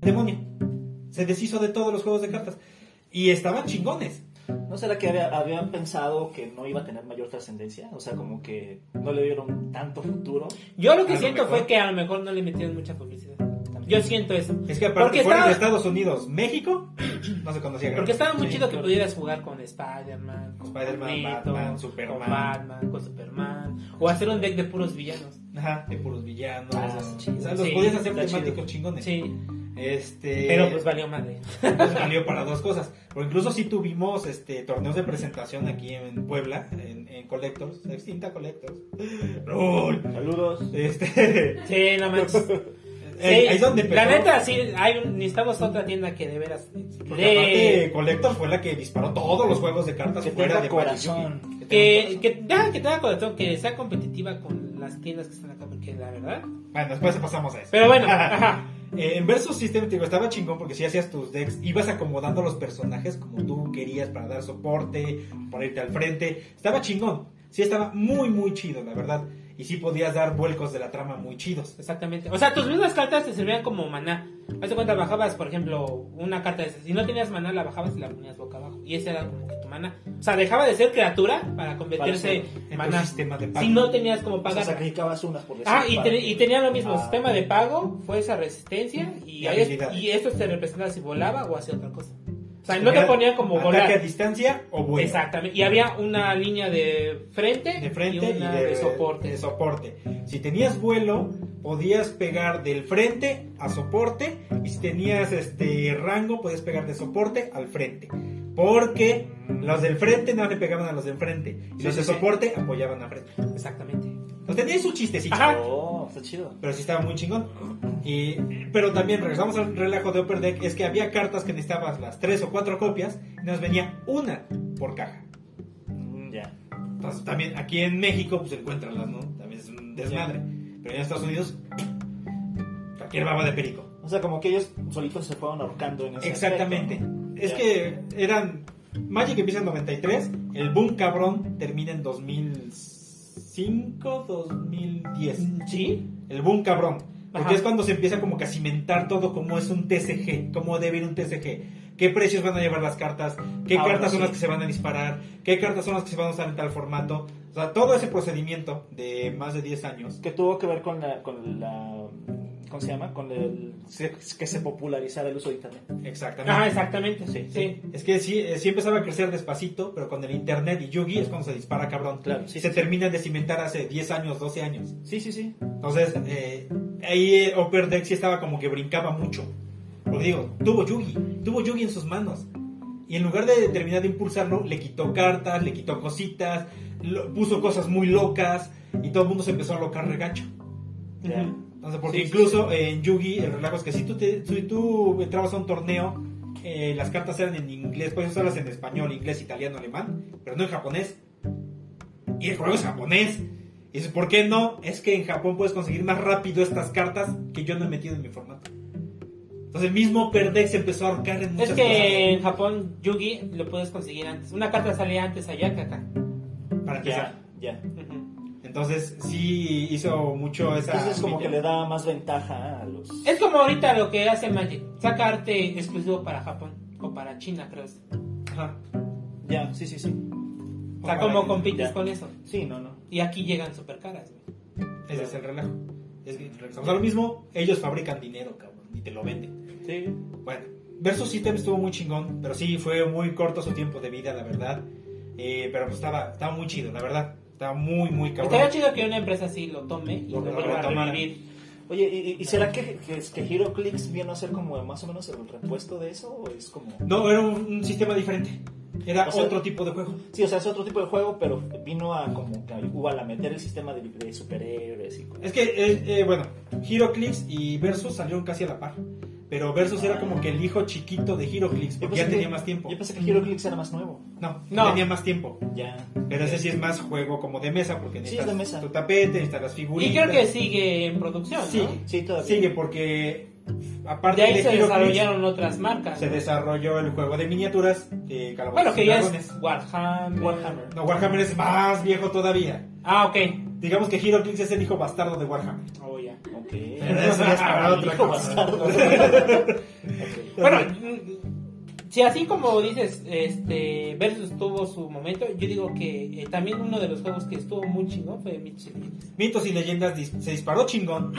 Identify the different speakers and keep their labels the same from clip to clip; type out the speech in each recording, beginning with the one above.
Speaker 1: demonio. Se deshizo de todos los juegos de cartas. Y estaban chingones.
Speaker 2: ¿No será que había- habían pensado que no iba a tener mayor trascendencia? O sea, como que no le dieron tanto futuro.
Speaker 3: Yo lo que
Speaker 1: A lo
Speaker 3: siento
Speaker 1: mejor.
Speaker 3: fue que a lo mejor no le metieron mucha publicidad. Yo siento eso.
Speaker 1: Es que
Speaker 3: Porque
Speaker 1: aparte fuera de
Speaker 3: estaba-
Speaker 1: Estados Unidos, México, no se conocía.
Speaker 3: Porque estaba muy
Speaker 2: Sí,
Speaker 3: chido que
Speaker 2: claro.
Speaker 3: pudieras jugar con Spider-Man, con
Speaker 1: Spider-Man,
Speaker 3: Magneto,
Speaker 1: Batman,
Speaker 3: con
Speaker 1: Superman.
Speaker 3: Batman, con Superman. O hacer un deck de puros villanos.
Speaker 1: Ajá, de puros villanos.
Speaker 2: Ah, eso es chido.
Speaker 1: O sea, los
Speaker 3: Sí,
Speaker 1: podías hacer
Speaker 2: está
Speaker 1: temáticos
Speaker 2: chido.
Speaker 1: chingones.
Speaker 3: Sí,
Speaker 1: Este,
Speaker 3: pero pues valió madre.
Speaker 1: pues valió para dos cosas. Porque incluso si tuvimos este torneos de presentación aquí en Puebla, en, en Collectors, la extinta Collectors. ¡Rol!
Speaker 2: Saludos.
Speaker 1: Este,
Speaker 3: Sí, no manches.
Speaker 1: ahí
Speaker 3: Sí,
Speaker 1: es donde
Speaker 3: La
Speaker 1: empezó.
Speaker 3: neta, sí, hay un- necesitamos otra tienda que de veras.
Speaker 1: Porque
Speaker 3: le-
Speaker 1: aparte Collectors fue la que disparó todos los juegos de cartas
Speaker 2: Que
Speaker 1: fuera
Speaker 2: tenga
Speaker 1: de
Speaker 2: corazón.
Speaker 1: Magic.
Speaker 3: que, que, ya, que tenga corazón, que sea competitiva con las tiendas que están acá, porque la verdad.
Speaker 1: Bueno, después pasamos a eso.
Speaker 3: Pero bueno, ajá.
Speaker 1: Eh, en Versus System, te digo, estaba chingón porque si hacías tus decks, ibas acomodando los personajes como tú querías para dar soporte, para irte al frente. Estaba chingón. Sí, estaba muy, muy chido, la verdad. Y sí podías dar vuelcos de la trama muy chidos.
Speaker 3: Exactamente. O sea, tus mismas cartas te servían como maná. Haz de cuenta, bajabas, por ejemplo, una carta de esas. Si no tenías maná, la bajabas y la ponías boca abajo. Y esa era como que tu maná. O sea, dejaba de ser criatura para convertirse
Speaker 2: Para
Speaker 1: En
Speaker 3: en
Speaker 1: tu
Speaker 3: maná.
Speaker 1: sistema de pago.
Speaker 3: Si no tenías como
Speaker 2: O sea,
Speaker 3: pagar.
Speaker 2: sacrificabas unas por decir.
Speaker 3: Ah, y,
Speaker 2: para
Speaker 3: te-
Speaker 2: que-
Speaker 3: y tenía lo mismo.
Speaker 2: Ah.
Speaker 3: Sistema de pago, fuerza, resistencia. Y,
Speaker 1: Y
Speaker 3: ahí es-
Speaker 1: habilidades.
Speaker 3: y esto se representaba si volaba o hacía otra cosa. O sea,
Speaker 1: Si
Speaker 3: no te
Speaker 1: era
Speaker 3: ponía como
Speaker 1: Ataque a
Speaker 3: volar.
Speaker 1: distancia o vuelo.
Speaker 3: Exactamente. Y había una línea de frente,
Speaker 1: De frente
Speaker 3: y una
Speaker 1: y de,
Speaker 3: de soporte.
Speaker 1: de soporte. Si tenías vuelo, podías pegar del frente a soporte. Y si tenías este rango, podías pegar de soporte al frente. Porque los del frente no le pegaban a los de enfrente. Y
Speaker 3: Sí,
Speaker 1: los de
Speaker 3: sí, sí.
Speaker 1: soporte apoyaaban a frente.
Speaker 3: Exactamente.
Speaker 1: Entonces tenía su chistecito.
Speaker 3: Ajá.
Speaker 2: Oh, está chido.
Speaker 1: Pero sí estaba muy chingón. Y, pero también regresamos al relajo de Upper Deck. Es que había cartas que necesitabas las tres o cuatro copias. Y nos venía una por caja.
Speaker 2: Mm, ya.
Speaker 1: Entonces, también aquí en México, pues encuéntralas, ¿no? También es un desmadre. Pero en Estados Unidos, cualquier baba de perico.
Speaker 2: O sea, como que ellos solitos se fueron ahorcando en ese
Speaker 1: Exactamente.
Speaker 2: aspecto,
Speaker 1: Es
Speaker 2: Ya.
Speaker 1: que eran. Magic empieza en 93, el boom cabrón termina en 2005, 2010.
Speaker 3: Sí.
Speaker 1: El boom cabrón. Porque
Speaker 3: Ajá.
Speaker 1: es cuando se empieza como que a cimentar todo como es un TCG, cómo debe ir un TCG, qué precios van a llevar las cartas, qué
Speaker 2: Ahora
Speaker 1: cartas son
Speaker 2: sí.
Speaker 1: las que se van a disparar, qué cartas son las que se van a usar en tal formato. O sea, todo ese procedimiento de más de 10 años.
Speaker 2: que tuvo que ver con la, con la ¿cómo se llama? con el se- que se popularizara el uso de internet
Speaker 1: Exactamente.
Speaker 3: Ajá, Ah, exactamente.
Speaker 2: Sí,
Speaker 3: sí.
Speaker 1: Es que sí, eh, sí empezaba a crecer despacito, pero con el internet y Yugi es cuando se dispara cabrón.
Speaker 2: Claro, sí,
Speaker 1: se
Speaker 2: sí.
Speaker 1: termina de cimentar hace 10 años, 12 años.
Speaker 2: sí, sí, sí
Speaker 1: Entonces, eh, ahí eh, Upper Deck sí estaba como que brincaba mucho. Porque digo, tuvo Yugi, tuvo Yugi en sus manos. Y en lugar de terminar de impulsarlo, le quitó cartas, le quitó cositas, lo- puso cosas muy locas y todo el mundo se empezó a locar regacho.
Speaker 2: Ya.
Speaker 3: Ujú.
Speaker 1: Entonces, porque
Speaker 2: Sí, sí,
Speaker 1: incluso eh, en Yugi, el relajo es que si tú, te- si tú entrabas a un torneo, eh, las cartas eran en inglés, puedes usarlas en español, inglés, italiano, alemán, pero no en japonés. Y el juego es japonés. Y dices, ¿por qué no? Es que en Japón puedes conseguir más rápido estas cartas que yo no he metido en mi formato. Entonces, el mismo Perdex se empezó a ahorcar en muchas
Speaker 3: Es que en Japón, Yugi lo puedes conseguir antes. Una carta salía antes allá que acá.
Speaker 1: cosas para empezar.
Speaker 2: ya ya
Speaker 3: Ujú.
Speaker 1: Entonces, sí hizo mucho esa.
Speaker 2: entonces como que
Speaker 1: milla.
Speaker 2: le da más ventaja a los
Speaker 3: Es como ahorita lo que hace Magic: saca arte exclusivo para Japón o para China, creo. O
Speaker 1: Ajá.
Speaker 2: ya sí sí sí
Speaker 3: sea,
Speaker 1: Ojalá
Speaker 3: ¿cómo
Speaker 1: que-
Speaker 3: compites
Speaker 2: ya.
Speaker 3: con eso?
Speaker 2: sí no no
Speaker 3: Y aquí llegan super caras.
Speaker 1: Ese es el relajo. Es que regresamos a lo mismo, ellos fabrican dinero, cabrón, y te lo venden.
Speaker 2: sí
Speaker 1: Bueno, Versus System estuvo muy chingón, pero sí, fue muy corto su tiempo de vida, la verdad. Eh, pero pues estaba, estaba muy chido, la verdad. Estaba muy, muy cabrón.
Speaker 3: Estaría chido que una empresa así lo tome y
Speaker 1: Lo
Speaker 3: lo vuelva a
Speaker 1: retomara.
Speaker 3: revivir.
Speaker 2: oye y, y- y será que que, que HeroClix vino a ser como más o menos el repuesto de eso o es como
Speaker 1: No, era un, un sistema diferente. Era
Speaker 2: O sea-
Speaker 1: otro tipo de juego.
Speaker 2: sí o sea es otro tipo de juego pero vino a como que igual a meter el sistema de, de superhéroes y cosas
Speaker 1: Es que, eh, eh, bueno, HeroClix y Versus salieron casi a la par. Pero Versus era como que el hijo chiquito de HeroClix, porque ya tenía más tiempo.
Speaker 2: yo pensé que HeroClix era más nuevo
Speaker 1: No,
Speaker 3: No.
Speaker 1: tenía más tiempo.
Speaker 2: ya
Speaker 1: Pero ese sí es más juego como de mesa, porque
Speaker 2: Sí, es
Speaker 1: necesitas
Speaker 2: de mesa.
Speaker 1: tu tapete, necesitas las
Speaker 3: Y
Speaker 1: figuritas.
Speaker 3: creo que sigue en producción.
Speaker 1: Sí.
Speaker 3: ¿no?
Speaker 2: sí todavía
Speaker 1: Sigue porque aparte
Speaker 3: de ahí
Speaker 1: de
Speaker 3: se
Speaker 1: Hero
Speaker 3: desarrollaron otras marcas.
Speaker 1: Clips, se
Speaker 3: ¿no?
Speaker 1: desarrolló el juego de miniaturas de Calabozos
Speaker 3: Bueno, que
Speaker 1: y
Speaker 3: ya
Speaker 1: Dragones.
Speaker 3: es Warhammer.
Speaker 2: Warhammer.
Speaker 1: No, Warhammer es más viejo todavía.
Speaker 3: Ah, ok.
Speaker 1: Digamos que Hero Clips es el hijo bastardo de Warhammer.
Speaker 3: Oh, ya.
Speaker 2: Ok.
Speaker 1: Pero eso ya es para otra
Speaker 2: Hijo
Speaker 1: cosa.
Speaker 2: bastardo.
Speaker 3: Bueno, mm, si así como dices, este Versus tuvo su momento, yo digo que eh, también uno de los juegos que estuvo muy chingón fue Mitch
Speaker 1: Mitos y leyendas dis- se disparó chingón.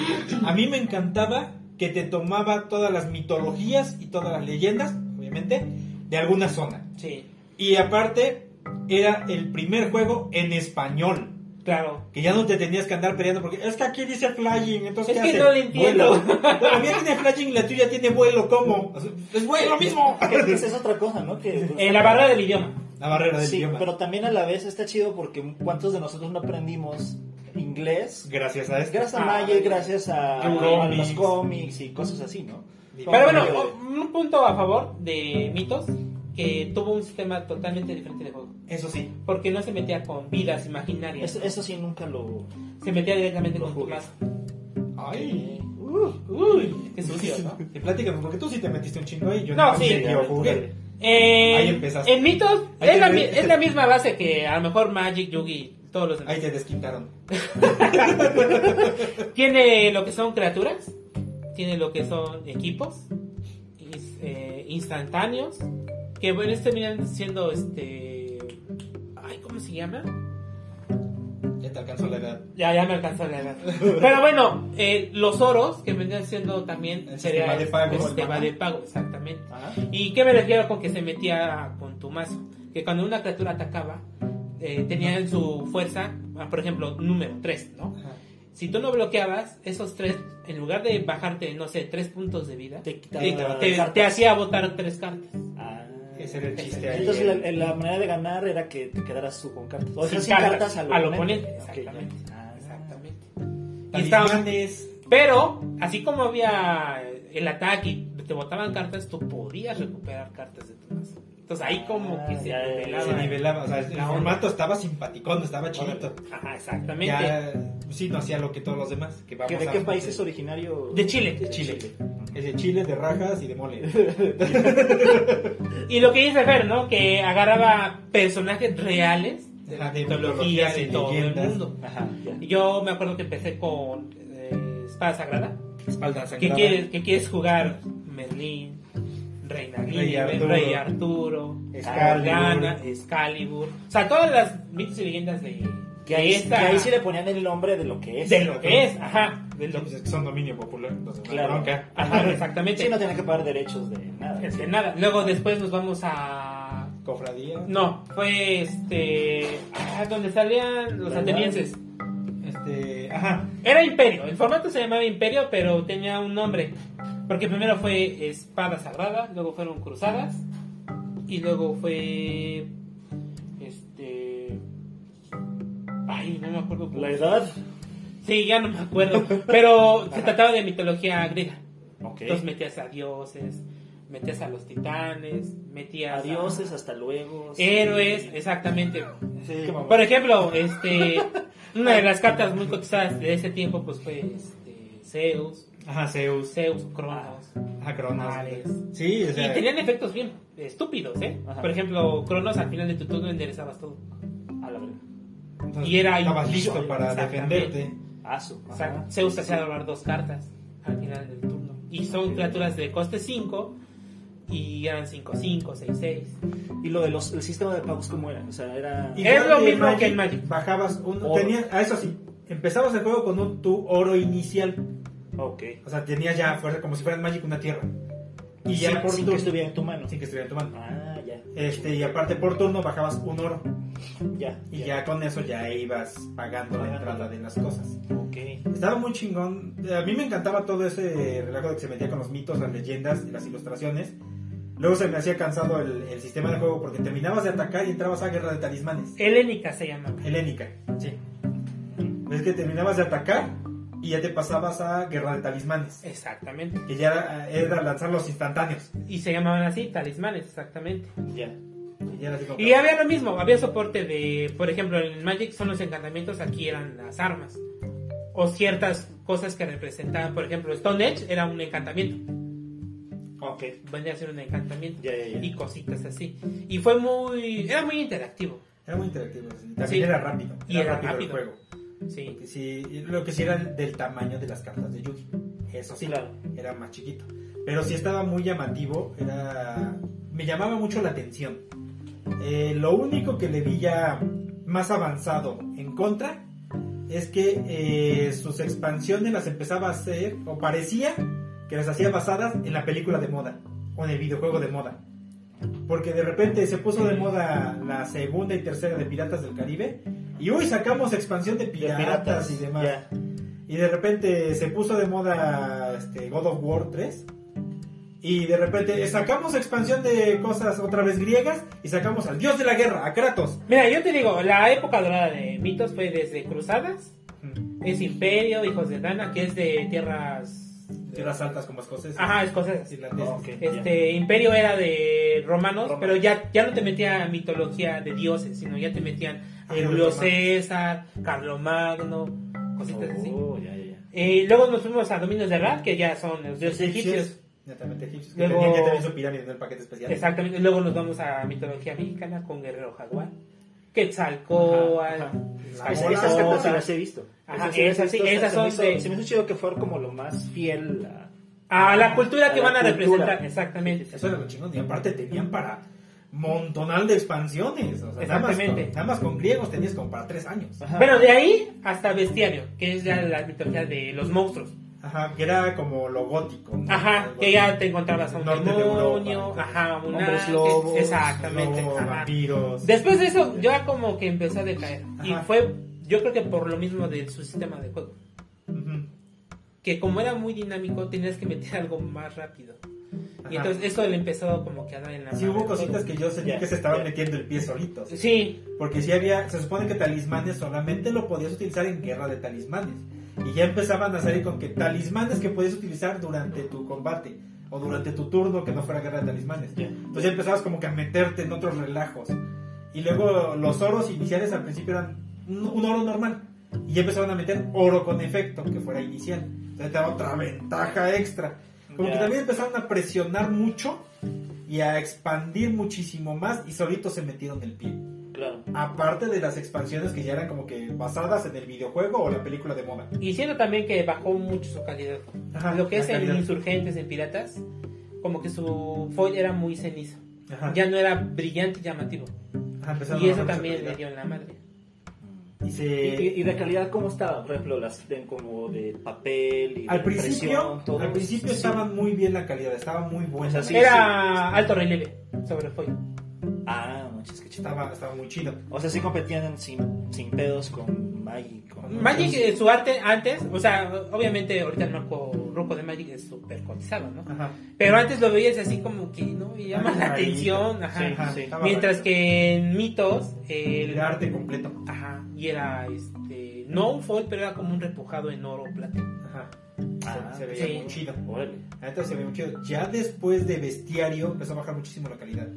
Speaker 1: A mí me encantaba que te tomaba todas las mitologías y todas las leyendas, obviamente, de alguna zona.
Speaker 3: Sí,
Speaker 1: Y aparte, era el primer juego en español.
Speaker 3: claro.
Speaker 1: Que ya no te tenías que andar peleando porque es que aquí dice flying, entonces
Speaker 3: Es
Speaker 1: ¿qué
Speaker 3: que
Speaker 1: hace?
Speaker 3: no le entiendo.
Speaker 1: Vuelo. Pero la mía tiene flying, la tuya tiene vuelo, ¿cómo? Es vuelo mismo.
Speaker 2: Esa es otra cosa, ¿no? Que, pues,
Speaker 3: Eh, la barrera del idioma.
Speaker 1: La barrera del
Speaker 2: sí,
Speaker 1: idioma.
Speaker 2: pero también a la vez está chido porque ¿cuántos de nosotros no aprendimos inglés?
Speaker 1: Gracias a esto.
Speaker 2: Gracias a Maya y gracias a,
Speaker 1: Cómics.
Speaker 2: a los cómics y cosas así, ¿no?
Speaker 3: Pero bueno,
Speaker 2: Como que-
Speaker 3: o- un punto a favor de Mitos, que tuvo un sistema totalmente diferente de juego.
Speaker 1: Eso sí.
Speaker 3: Porque no se metía con vidas imaginarias,
Speaker 2: Eso, eso sí nunca lo...
Speaker 3: se metía directamente
Speaker 2: Lo
Speaker 3: con tu
Speaker 2: jugué.
Speaker 3: mazo.
Speaker 1: Ay.
Speaker 3: Uy, qué sucio, ¿no?
Speaker 1: Y platícanos, porque tú sí te metiste un chingo ahí. Yo
Speaker 3: No, sí.
Speaker 1: sé, Yo jugué.
Speaker 3: Eh,
Speaker 1: Ahí empezaste.
Speaker 3: En mitos
Speaker 1: Ahí
Speaker 3: es
Speaker 1: te
Speaker 3: la, mi-
Speaker 1: ve-
Speaker 3: es la misma base que a lo mejor Magic, Yugi, todos los demás.
Speaker 1: Ahí te desquintaron.
Speaker 3: Tiene lo que son criaturas, tiene lo que son equipos ins- eh, instantáneos, que bueno, estos terminan siendo este. Ay, ¿cómo se llama?
Speaker 1: Ya te alcanzó la edad.
Speaker 3: Ya, ya me alcanzó la edad. Pero bueno, eh, los oros, que vendrían siendo también
Speaker 1: El sistema
Speaker 3: sería
Speaker 1: de pago,
Speaker 3: el
Speaker 1: el
Speaker 3: sistema
Speaker 1: pago.
Speaker 3: de pago, exactamente.
Speaker 2: Ajá.
Speaker 3: ¿Y qué me refiero con que se metía con tu mazo? Que cuando una criatura atacaba, eh, tenía en su fuerza, ah, por ejemplo, número 3, ¿no? Si tú no bloqueabas, esos 3, en lugar de bajarte, no sé, 3 puntos de vida, te,
Speaker 2: Te quitaba
Speaker 3: te
Speaker 2: cartas.
Speaker 3: hacía botar 3 cartas.
Speaker 2: Ah.
Speaker 1: Ese era el chiste ahí.
Speaker 2: Entonces la, la manera de ganar era que te quedaras tú con cartas. O sea,
Speaker 3: Sin
Speaker 2: sin cartas, al,
Speaker 3: oponente.
Speaker 2: Ok,
Speaker 3: Exactamente.
Speaker 2: ya. Ah,
Speaker 3: Exactamente. Y estaba-
Speaker 1: eh. Talismanes.
Speaker 3: Pero, así como había el ataque y te botaban cartas, tú podías recuperar cartas de tu mazo. Entonces ahí como que se
Speaker 2: Ya, ya, ya,
Speaker 3: nivelaba.
Speaker 1: Se nivelaba. O sea, el
Speaker 3: La onda.
Speaker 1: formato estaba simpaticón, estaba chiquito.
Speaker 3: Ajá, exactamente.
Speaker 1: Ya sí no hacía lo que todos los demás. Que vamos
Speaker 2: ¿Que ¿De
Speaker 1: a-
Speaker 2: qué país es originario?
Speaker 3: De Chile.
Speaker 2: De
Speaker 1: Chile.
Speaker 2: Chile.
Speaker 1: Es de chile, de rajas y de mole.
Speaker 3: Y lo que dice Fer, ¿no? Que agarraba personajes reales de las
Speaker 1: Ajá, de mitologías
Speaker 3: mitologías
Speaker 1: y
Speaker 3: de todo
Speaker 1: leyendas.
Speaker 3: el mundo.
Speaker 2: Ajá, ya.
Speaker 3: Yo me acuerdo que empecé con eh, Espada Sagrada.
Speaker 1: Espalda
Speaker 3: Que
Speaker 1: sangrada.
Speaker 3: quieres, que quieres jugar Merlín, Reina
Speaker 1: Rey
Speaker 3: Guinea,
Speaker 1: Arturo.
Speaker 3: Rey Arturo,
Speaker 1: Excalibur.
Speaker 3: Morgana, Excalibur. O sea, todas las mitos y leyendas de,
Speaker 2: Que
Speaker 3: de
Speaker 2: ahí,
Speaker 3: esta-
Speaker 2: que ahí sí le ponían el nombre de lo que es.
Speaker 3: de lo que es. Ajá, de
Speaker 1: Sí,
Speaker 3: lo
Speaker 1: pues es que son dominio popular. Entonces,
Speaker 2: Claro.
Speaker 1: claro. Bronca.
Speaker 3: Ajá,
Speaker 2: Sí,
Speaker 3: exactamente.
Speaker 2: no tenía que pagar derechos de nada.
Speaker 3: Este, nada. Luego después nos vamos a
Speaker 1: Cofradía.
Speaker 3: No, fue este. ah, donde salían los
Speaker 2: ¿Verdad?
Speaker 3: atenienses.
Speaker 1: Este. Ajá.
Speaker 3: Era Imperio. El formato se llamaba Imperio, pero tenía un nombre. Porque primero fue Espada Sagrada, luego fueron Cruzadas. Y luego fue. Este. Ay, no me acuerdo. cómo-
Speaker 2: La edad.
Speaker 3: Sí, ya no me acuerdo. Pero se trataba de mitología griega.
Speaker 2: Ok.
Speaker 3: Entonces metías a dioses, metías a los titanes, metías a-
Speaker 2: Adioses, hasta luego. sí.
Speaker 3: héroes, exactamente.
Speaker 2: Sí.
Speaker 1: Qué mamón.
Speaker 3: Por ejemplo, este, una de las cartas muy cotizadas de ese tiempo pues fue este, Zeus,
Speaker 1: Ajá, Zeus.
Speaker 3: Zeus, Cronos.
Speaker 1: Ajá, Cronos.
Speaker 3: Ares.
Speaker 1: Sí, o sea.
Speaker 3: Y tenían efectos bien estúpidos, ¿eh?
Speaker 2: Ajá.
Speaker 3: Por ejemplo, Cronos al final de tu turno enderezabas todo.
Speaker 2: A la verga.
Speaker 1: entonces,
Speaker 3: y era
Speaker 1: Estabas
Speaker 3: inhibido,
Speaker 1: listo para
Speaker 3: exactamente.
Speaker 1: defenderte.
Speaker 2: Asu.
Speaker 3: O sea, Zeus te hacía doblar dos cartas al final del turno. Y son criaturas de coste 5 y eran 5, 5, 6, 6.
Speaker 2: Y lo de los, el sistema de pagos, ¿cómo era? O sea, era.
Speaker 3: Y- Es lo
Speaker 1: Igual
Speaker 3: mismo que en Magic.
Speaker 1: Bajabas un.
Speaker 2: Oro.
Speaker 1: Tenías, ah, eso sí. Empezabas el juego con un, tu oro inicial.
Speaker 2: ah, Ok.
Speaker 1: O sea, tenías ya fuerza como si fuera en Magic una tierra. Y
Speaker 2: Sin-
Speaker 1: ya por
Speaker 2: sin
Speaker 1: turno.
Speaker 2: que estuviera en tu mano.
Speaker 1: Sin que estuviera en tu mano.
Speaker 2: Ah, ya.
Speaker 1: Este, y aparte por turno bajabas un oro.
Speaker 2: Ya.
Speaker 1: Y ya con eso ya ibas pagando la entrada de las cosas.
Speaker 2: Ok.
Speaker 1: Estaba muy chingón. Eh, A mí me encantaba todo ese relajo de que se metía con los mitos, las leyendas y las ilustraciones. Luego se me hacía cansado el, el sistema de juego porque terminabas de atacar y entrabas a guerra de talismanes.
Speaker 3: Helénica se llamaba.
Speaker 1: Helénica. Sí. Es que terminabas de atacar y ya te pasabas a guerra de talismanes.
Speaker 3: Exactamente.
Speaker 1: Que ya era, era lanzar los instantáneos.
Speaker 3: Y se llamaban así, talismanes, exactamente.
Speaker 2: Ya.
Speaker 1: Y ya era así como-
Speaker 3: Y había lo mismo, había soporte de, por ejemplo, en Magic son los encantamientos, aquí eran las armas. O ciertas cosas que representaban, por ejemplo, Stone Edge era un encantamiento.
Speaker 1: Ok.
Speaker 3: vendría a ser un encantamiento
Speaker 2: Ya, ya, ya.
Speaker 3: y cositas así. Y fue muy, era muy interactivo,
Speaker 1: Era muy interactivo. sí. También
Speaker 3: Sí.
Speaker 1: era rápido.
Speaker 3: Y era rápido.
Speaker 1: el juego.
Speaker 3: sí.
Speaker 1: Que sí, lo que sí era del tamaño de las cartas de Yugi. Eso sí,
Speaker 2: Claro.
Speaker 1: era más chiquito. Pero sí estaba muy llamativo. Era... Me llamaba mucho la atención. Eh, lo único que le vi ya más avanzado en contra es que eh, sus expansiones las empezaba a hacer, o parecía que las hacía basadas en la película de moda, o en el videojuego de moda. Porque de repente se puso de moda la segunda y tercera de Piratas del Caribe, y hoy sacamos expansión de
Speaker 2: De
Speaker 1: piratas, y demás. Y de repente se puso de moda este, God of War 3. Y de repente sacamos expansión de cosas otra vez griegas y sacamos al dios de la guerra, a Kratos.
Speaker 3: Mira, yo te digo, la época dorada de mitos fue desde Cruzadas, es Imperio, Hijos de Dana, que es de tierras...
Speaker 1: Tierras altas como escocesas.
Speaker 3: Ajá, escocesas.
Speaker 1: irlandesas.
Speaker 2: Ok.
Speaker 3: Este, Imperio era de romanos,
Speaker 2: Romanos.
Speaker 3: pero ya, ya no te metía mitología de dioses, sino ya te metían a
Speaker 2: Ah,
Speaker 1: Héroes
Speaker 3: Julio
Speaker 1: romanos.
Speaker 3: César, Carlomagno, cositas así.
Speaker 2: Oh, ya, ya, ya.
Speaker 3: Eh, luego nos fuimos a Dominios de Rad, que ya son los dioses egipcios.
Speaker 1: Netamente egipcios. Que
Speaker 3: Luego-
Speaker 1: tenían ya también su pirámide en el paquete especial.
Speaker 3: Exactamente. Luego nos vamos a mitología mexicana con Guerrero Jaguar, Quetzalcóatl. este,
Speaker 2: Ajá, ajá.
Speaker 1: La
Speaker 2: Esa-
Speaker 1: bola.
Speaker 2: esas cartas sí las he visto.
Speaker 3: Ajá,
Speaker 2: sí las he
Speaker 3: esas sí,
Speaker 2: visto, o sea,
Speaker 3: esas
Speaker 2: se
Speaker 3: son
Speaker 2: me hizo-
Speaker 3: de-
Speaker 2: Se me hizo chido que fuera como lo más fiel a...
Speaker 3: A la cultura que
Speaker 2: A la
Speaker 3: van a
Speaker 2: cultura.
Speaker 3: representar. Exactamente.
Speaker 1: Eso era lo chingón. Y aparte tenían para montonal de expansiones. O sea, nada más, con,
Speaker 3: Exactamente.
Speaker 1: nada más con griegos tenías como para tres años.
Speaker 2: Ajá.
Speaker 3: Bueno, de ahí hasta Bestiario, que es ya la mitología de los monstruos.
Speaker 1: Ajá, que era como lo gótico. ¿no?
Speaker 3: Ajá,
Speaker 1: Algo
Speaker 3: que
Speaker 1: así.
Speaker 3: ya te encontrabas a un
Speaker 1: Norte de
Speaker 3: demonio,
Speaker 1: Europa.
Speaker 3: ajá, un
Speaker 2: Hombres
Speaker 3: ángel,
Speaker 2: lobos,
Speaker 3: Exactamente.
Speaker 1: Lobos,
Speaker 3: ajá.
Speaker 1: vampiros.
Speaker 3: Después de eso, yo ya como que empecé a decaer. Y
Speaker 1: Ajá.
Speaker 3: fue, yo creo que por lo mismo de su sistema de juego.
Speaker 1: Ujú.
Speaker 3: Que como era muy dinámico, tenías que meter algo más rápido.
Speaker 1: Ajá.
Speaker 3: Y entonces eso le empezó como que a dar en la
Speaker 1: Sí
Speaker 3: madre
Speaker 1: hubo
Speaker 3: al
Speaker 1: cositas
Speaker 3: juego.
Speaker 1: que yo sentí
Speaker 2: Ya,
Speaker 1: que se estaban
Speaker 2: ya.
Speaker 1: metiendo el pie solitos.
Speaker 3: Sí,
Speaker 1: Porque si había, se supone que talismanes solamente lo podías utilizar en guerra de talismanes. Y ya empezaban a salir con que talismanes que podías utilizar durante tu combate o durante tu turno que no fuera guerra de talismanes.
Speaker 2: Ya.
Speaker 1: Entonces ya empezabas como que a meterte en otros relajos. Y luego los oros iniciales al principio eran un, un oro normal. Y ya empezaban a meter oro con efecto, que fuera inicial. Entonces te daba otra ventaja extra. Como
Speaker 2: Ya.
Speaker 1: que también empezaron a presionar mucho y a expandir muchísimo más y solitos se metieron el pie.
Speaker 2: Claro.
Speaker 1: Aparte de las expansiones que ya eran como que basadas en el videojuego o la película de moda.
Speaker 3: y siendo también que bajó mucho su calidad.
Speaker 1: Ajá,
Speaker 3: Lo que
Speaker 1: la
Speaker 3: es en
Speaker 1: calidad.
Speaker 3: Insurgentes, en Piratas, como que su foil era muy cenizo.
Speaker 1: Ajá.
Speaker 3: Ya no era brillante y llamativo.
Speaker 1: Ajá, empezaron
Speaker 3: Y
Speaker 1: a
Speaker 3: eso
Speaker 1: bajar
Speaker 3: también
Speaker 1: mucho
Speaker 3: le
Speaker 1: calidad.
Speaker 3: dio en la madre.
Speaker 1: Y se-
Speaker 2: ¿Y, y de calidad cómo estaba? Por ejemplo, las de, como de papel y
Speaker 1: al
Speaker 2: de
Speaker 1: principio,
Speaker 2: impresión, todo.
Speaker 1: al principio
Speaker 2: Sí.
Speaker 1: estaban muy bien la calidad, estaba muy buena.
Speaker 2: O sea, sí.
Speaker 3: Era alto relieve sobre foil.
Speaker 2: Ah, manches, qué chido.
Speaker 1: Estaba, estaba muy chido.
Speaker 2: O sea, sí competían sin, sin pedos con Magic. Con
Speaker 3: Magic, eh, su arte antes, o sea, obviamente ahorita el marco rojo de Magic es súper cotizado, ¿no?
Speaker 1: Ajá.
Speaker 3: Pero antes lo veías así como que, ¿no? Y llama
Speaker 1: Ah,
Speaker 3: la
Speaker 1: ahí.
Speaker 3: atención, ajá.
Speaker 2: Sí.
Speaker 1: estaba
Speaker 3: Mientras
Speaker 1: bonito.
Speaker 3: que en mitos, el,
Speaker 1: El arte completo.
Speaker 3: Ajá, y era este. No un foil, pero era como un repujado en oro o plata.
Speaker 1: Ajá.
Speaker 2: Ah,
Speaker 1: se, se veía
Speaker 3: sí.
Speaker 1: muy chido.
Speaker 2: Órale.
Speaker 1: Entonces se veía muy chido. Ya después de Bestiario empezó a bajar muchísimo la calidad.